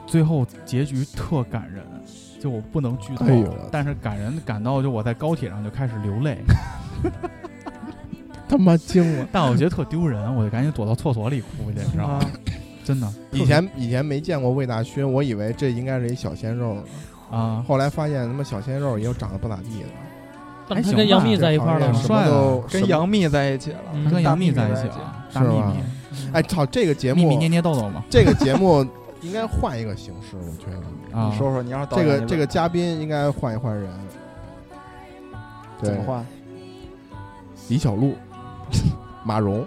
Speaker 3: 最后结局特感人，就我不能剧透，
Speaker 6: 哎呦
Speaker 3: 但是感人感到就我在高铁上就开始流泪，
Speaker 6: 他 妈惊了！
Speaker 3: 但我觉得特丢人，我就赶紧躲到厕所里哭去，你知
Speaker 4: 啊
Speaker 3: 道吗？真的，
Speaker 6: 以前以前没见过魏大勋，我以为这应该是一小鲜肉呢，
Speaker 3: 啊，
Speaker 6: 后来发现他妈小鲜肉也有长得不咋地的，
Speaker 5: 但他跟杨幂在一块儿了
Speaker 6: 这
Speaker 5: 吗
Speaker 6: 行业？哦什么都
Speaker 4: 跟杨幂在一起了，
Speaker 5: 嗯
Speaker 3: 跟杨幂
Speaker 4: 大
Speaker 3: 在
Speaker 4: 幂
Speaker 3: 一
Speaker 4: 在
Speaker 3: 起
Speaker 4: 一起
Speaker 3: 了，
Speaker 6: 是
Speaker 3: 大幂
Speaker 6: 吧
Speaker 3: 幂，
Speaker 6: 哎操，这个节
Speaker 3: 幂幂
Speaker 6: 目
Speaker 3: 捏捏豆豆嘛，
Speaker 6: 这个节目应该换一个形式，我觉得
Speaker 3: 啊，
Speaker 4: 你说说，你要是导
Speaker 6: 这
Speaker 4: 演
Speaker 6: 个
Speaker 4: 你
Speaker 6: 这个嘉宾应该换一换人，对
Speaker 4: 怎么换？
Speaker 6: 李小璐、 马蓉、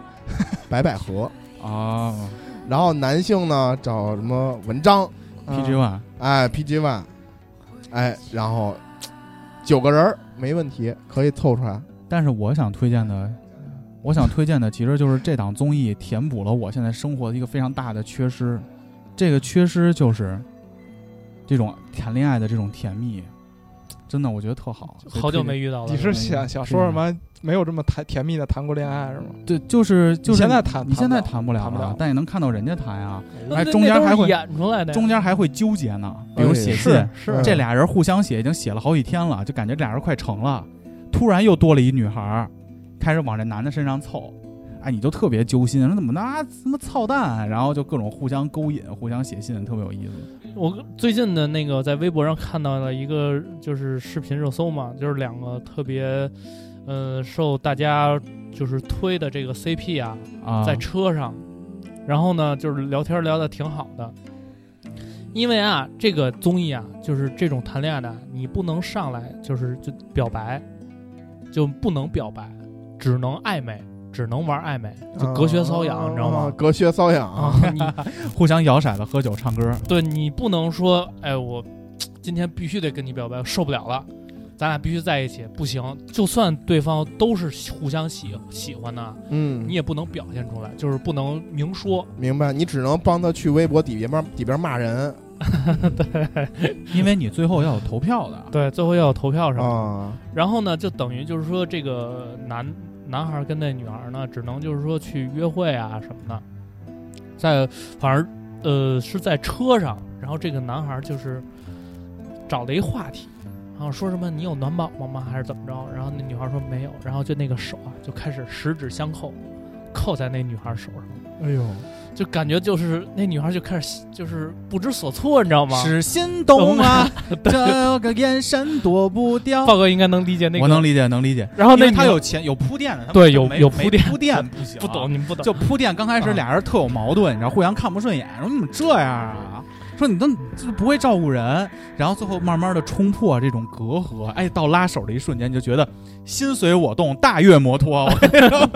Speaker 6: 白百合，
Speaker 3: 啊
Speaker 6: 然后男性呢找什么文章，
Speaker 3: ，PG One，
Speaker 6: 哎，PG One，哎，然后九个人儿没问题，可以凑出来。
Speaker 3: 但是我想推荐的，我想推荐的其实就是这档综艺填补了我现在生活的一个非常大的缺失。这个缺失就是这种谈恋爱的这种甜蜜，真的我觉得特好。所以
Speaker 5: 好
Speaker 3: 推
Speaker 5: 久
Speaker 3: 荐
Speaker 5: 没遇到了。
Speaker 4: 你是想想说什么？没有这么谈甜蜜的谈过恋爱是吗？
Speaker 3: 对，就是就是
Speaker 4: 现在谈
Speaker 3: 你现在
Speaker 4: 谈
Speaker 3: 谈不了啊
Speaker 4: 谈不了
Speaker 3: 但也能看到人家谈啊，
Speaker 5: 那
Speaker 3: 哎
Speaker 5: 那
Speaker 3: 中间
Speaker 5: 那都是
Speaker 3: 还会
Speaker 5: 演出来的呀，
Speaker 3: 中间还会纠结呢，比如
Speaker 6: 哎
Speaker 3: 写信，
Speaker 4: 是是，
Speaker 3: 这俩人互相写已经写了好几天了，就感觉这俩人快成了，突然又多了一女孩儿，开始往这男的身上凑，哎，你就特别揪心，说怎么那他妈操蛋啊、然后就各种互相勾引，互相写信，特别有意思。
Speaker 5: 我最近的那个在微博上看到了一个就是视频热搜嘛，就是两个特别，呃，受大家就是推的这个 CP 啊，
Speaker 3: 啊，
Speaker 5: 在车上，然后呢就是聊天聊的挺好的，因为啊，这个综艺啊，就是这种谈恋爱的，你不能上来就是就表白，就不能表白，只能暧昧，只能玩暧昧，就
Speaker 6: 啊
Speaker 5: 隔靴搔痒，你知道吗？
Speaker 6: 隔靴搔痒
Speaker 5: 啊，你
Speaker 3: 互相摇骰子、喝酒、唱歌。
Speaker 5: 对你不能说，哎，我今天必须得跟你表白，我受不了了，咱俩必须在一起，不行。就算对方都是互相喜喜欢的，
Speaker 6: 嗯，
Speaker 5: 你也不能表现出来，就是不能明说。
Speaker 6: 明白？你只能帮他去微博底边帮底边骂人
Speaker 3: 因为你最后要有投票的。
Speaker 5: 对，最后要有投票什么的。
Speaker 6: 啊，
Speaker 5: 然后呢，就等于就是说，这个男男孩跟那女孩呢，只能就是说去约会啊什么的，在反正呃是在车上，然后这个男孩就是找了一话题，然后说什么你有暖宝宝吗？还是怎么着？然后那女孩说没有，然后就那个手啊就开始十指相扣，扣在那女孩手上，
Speaker 6: 哎呦，
Speaker 5: 就感觉就是那女孩就开始就是不知所措，你知道吗？
Speaker 3: 是心动 啊，这个眼神躲不掉。
Speaker 5: 豹哥应该能理解那个，
Speaker 3: 我能理解，能理解。
Speaker 5: 然后那
Speaker 3: 因为他
Speaker 5: 女
Speaker 3: 有前有铺垫的，他
Speaker 5: 对
Speaker 3: 没
Speaker 5: 有
Speaker 3: 没
Speaker 5: 有铺垫
Speaker 3: 没铺 垫不行，啊
Speaker 5: 不懂，。你们不懂，
Speaker 3: 就铺垫，刚开始俩人特有矛盾，你知道，互相看不顺眼，说你怎么这样啊？说你都就不会照顾人，然后最后慢慢的冲破这种隔阂，哎，到拉手的一瞬间，你就觉得心随我动，大悦摩托。我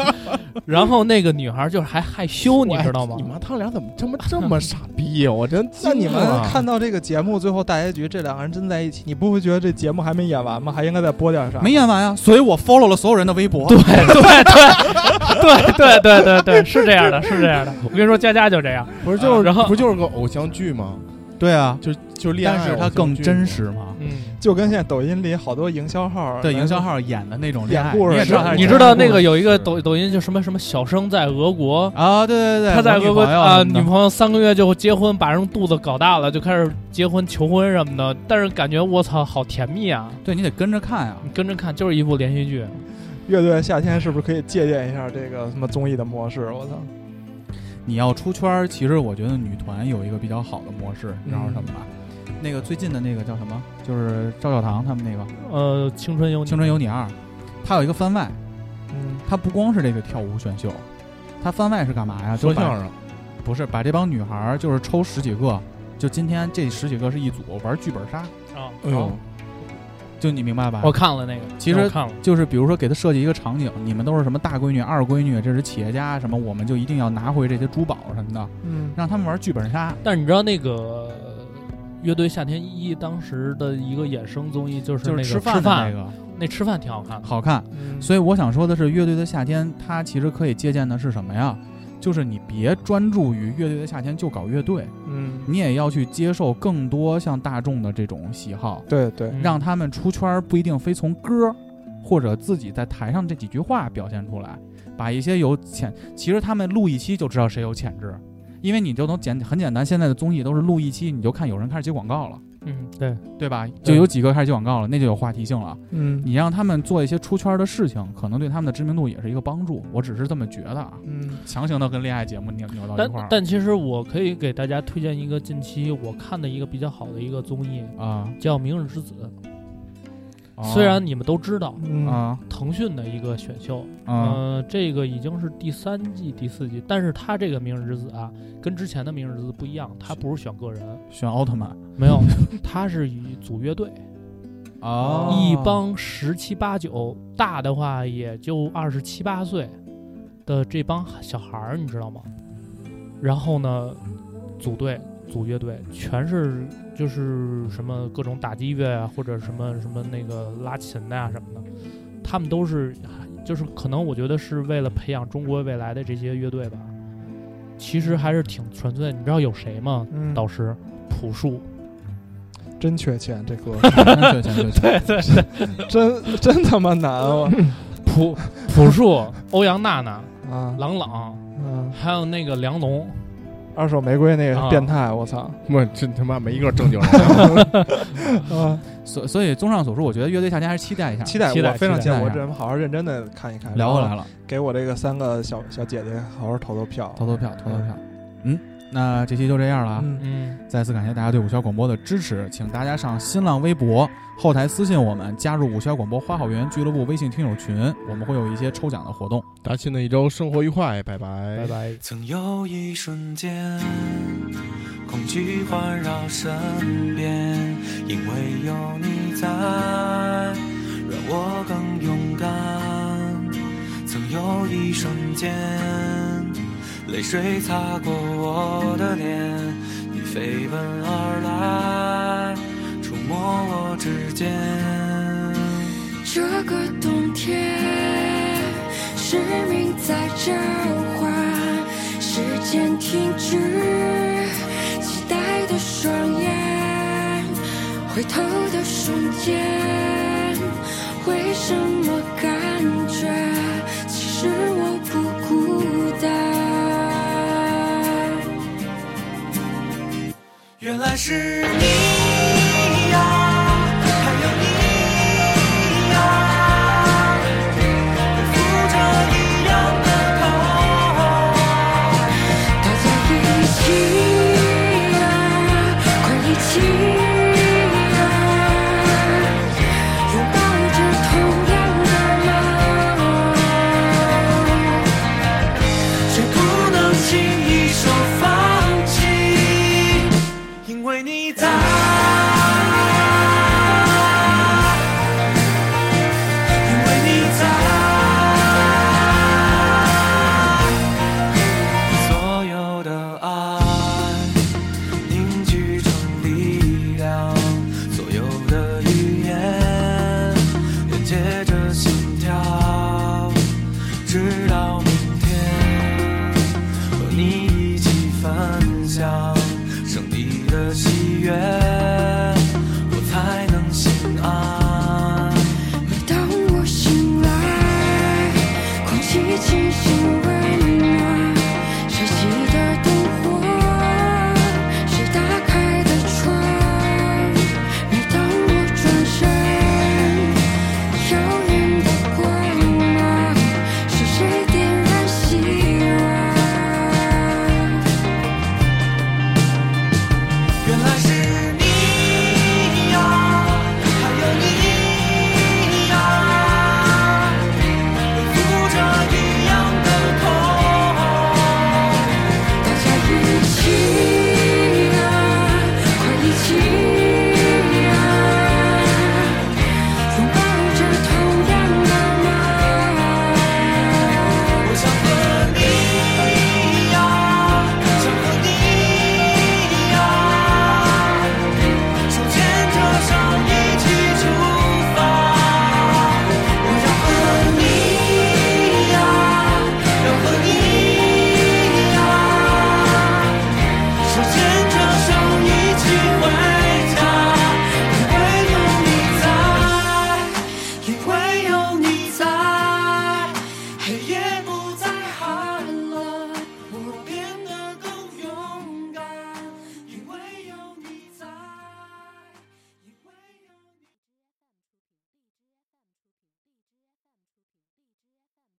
Speaker 5: 然后那个女孩就是还害羞，你知道吗
Speaker 6: 哎你？妈他俩怎么这么这么傻逼呀？我真
Speaker 4: 那你
Speaker 6: 惊
Speaker 4: 们
Speaker 6: 了
Speaker 4: 看到这个节目最后大结局，这两个人真在一起，你不会觉得这节目还没演完吗？还应该再播点啥？
Speaker 3: 没演完呀，所以我 follow 了所有人的微博。
Speaker 5: 对对对啊对对对对对，是这样的，是这样的。我跟你说，佳佳就这样，
Speaker 6: 不是就是
Speaker 5: 然后
Speaker 6: 不就是个偶像剧吗？
Speaker 3: 对啊，
Speaker 6: 就就恋爱
Speaker 3: 但
Speaker 6: 偶
Speaker 3: 是
Speaker 6: 像剧，
Speaker 3: 它更真实嘛。
Speaker 5: 嗯。
Speaker 4: 就跟现在抖音里好多营销号，
Speaker 3: 对营销，号演的那种恋爱，
Speaker 4: 演故事
Speaker 3: 你也知道他是
Speaker 5: 你
Speaker 3: 真的
Speaker 5: 知道那个有一个抖抖音就什么什么小生在俄国，
Speaker 3: 啊？对对对，
Speaker 5: 他在
Speaker 3: 我女
Speaker 5: 俄国
Speaker 3: 朋友
Speaker 5: 啊，
Speaker 3: 什么的
Speaker 5: 女朋友三个月就结婚，把人肚子搞大了，就开始结婚求婚什么的。但是感觉我操，好甜蜜啊！
Speaker 3: 对你得跟着看呀、
Speaker 5: 你跟着看，就是一部连续剧。
Speaker 4: 乐队夏天是不是可以借鉴一下这个什么综艺的模式？我操，
Speaker 3: 你要出圈儿，其实我觉得女团有一个比较好的模式，你知道是什么吧？啊那个最近的那个叫什么？就是赵小棠他们那个《
Speaker 5: 呃，青春有你
Speaker 3: 青，春有你二》，它有一个番外，
Speaker 4: 嗯，
Speaker 3: 它不光是这个跳舞选秀，它番外是干嘛呀？就
Speaker 6: 说
Speaker 3: 把
Speaker 6: 相声，
Speaker 3: 不是把这帮女孩儿就是抽十几个，就今天这十几个是一组玩剧本杀，
Speaker 5: 啊，
Speaker 6: 哎呦，
Speaker 3: 就你明白吧？
Speaker 5: 我看了那个，
Speaker 3: 其实
Speaker 5: 我看了，
Speaker 3: 就是比如说给他设计一个场景，你们都是什么大闺女、二闺女，这是企业家什么，我们就一定要拿回这些珠宝什么的，
Speaker 4: 嗯，
Speaker 3: 让他们玩剧本杀。
Speaker 5: 但是你知道那个呃乐队夏天一当时的一个衍生综艺就是
Speaker 3: 就
Speaker 5: 那
Speaker 3: 是
Speaker 5: 个
Speaker 3: 吃
Speaker 5: 吃
Speaker 3: 饭的那个
Speaker 5: 那吃饭挺好看的。
Speaker 3: 好看，
Speaker 4: 嗯
Speaker 3: 所以我想说的是，乐队的夏天，它其实可以借鉴的是什么呀？就是你别专注于乐队的夏天就搞乐队，
Speaker 4: 嗯，
Speaker 3: 你也要去接受更多像大众的这种喜好，
Speaker 4: 对对，
Speaker 5: 嗯
Speaker 3: 让他们出圈儿不一定非从歌儿或者自己在台上这几句话表现出来，把一些有潜，其实他们录一期就知道谁有潜质，因为你就能简很简单，现在的综艺都是录一期你就看有人开始接广告了，
Speaker 5: 嗯，对，
Speaker 3: 对吧？就有几个开始接广告了，那就有话题性了。
Speaker 4: 嗯
Speaker 3: 你让他们做一些出圈的事情，可能对他们的知名度也是一个帮助。我只是这么觉得啊，
Speaker 4: 嗯，
Speaker 3: 强行的跟恋爱节目扭扭到一
Speaker 5: 但
Speaker 3: 块儿
Speaker 5: 但其实我可以给大家推荐一个近期我看的一个比较好的一个综艺，
Speaker 3: 啊。
Speaker 5: 叫《明日之子》。
Speaker 3: 啊
Speaker 5: 虽然你们都知道，
Speaker 4: 嗯
Speaker 3: 啊
Speaker 5: 腾讯的一个选秀，
Speaker 3: 啊
Speaker 5: 呃，这个已经是第三季、第四季，但是它这个《明日之子》啊，跟之前的《明日之子》不一样，它不是选个人，
Speaker 3: 选奥特曼
Speaker 5: 没有， 它是以组乐队，
Speaker 3: 啊
Speaker 5: 一帮十七八九，大的话也就二十七八岁的这帮小孩儿，你知道吗？然后呢，组队组乐队，全是就是什么各种打击乐啊，或者什么什么那个拉琴的呀、什么的，他们都是就是可能我觉得是为了培养中国未来的这些乐队吧，其实还是挺纯粹的。你知道有谁吗？
Speaker 4: 嗯，
Speaker 5: 导师朴树，
Speaker 4: 真缺钱，这歌
Speaker 3: 对对对对，
Speaker 4: 真真他妈难啊我
Speaker 5: 朴朴树、欧阳娜娜、
Speaker 4: 啊
Speaker 5: 郎朗。
Speaker 4: 啊！
Speaker 5: 还有那个梁龙，
Speaker 4: 二手玫瑰那
Speaker 5: 啊
Speaker 4: 个变态，我 操
Speaker 6: 我真他妈没一个正经人。
Speaker 4: 啊！
Speaker 3: 所所以综上所述，我觉得乐队夏天还是期待一下。
Speaker 4: 期待
Speaker 5: 期待
Speaker 4: 我非常期
Speaker 3: 期待
Speaker 4: 待，
Speaker 3: 一
Speaker 4: 我
Speaker 3: 下
Speaker 4: 这好好认真的看一看，
Speaker 3: 聊回来了，
Speaker 4: 给我这个三个小小姐姐好好投投票。
Speaker 3: 投投票，投投票。嗯，那这期就这样了啊。
Speaker 4: 嗯
Speaker 5: 嗯，
Speaker 3: 再次感谢大家对五七八广播的支持，请大家上新浪微博后台私信我们，加入五七八广播花好园俱乐部微信听友群，我们会有一些抽奖的活动。
Speaker 6: 大家新哎的一周生活愉快，拜拜
Speaker 5: 拜拜。
Speaker 7: 曾有一瞬间，空
Speaker 2: 恐惧环绕身边，因为有你在，让我更勇敢。曾有一瞬间，泪水擦过我的脸，你飞奔而来，触摸我指尖。
Speaker 11: 这个冬天，使命在召唤，时间停止，期待的双眼，回头的瞬间，为什么感觉其实我不孤单？
Speaker 2: 原来是你。
Speaker 11: 啊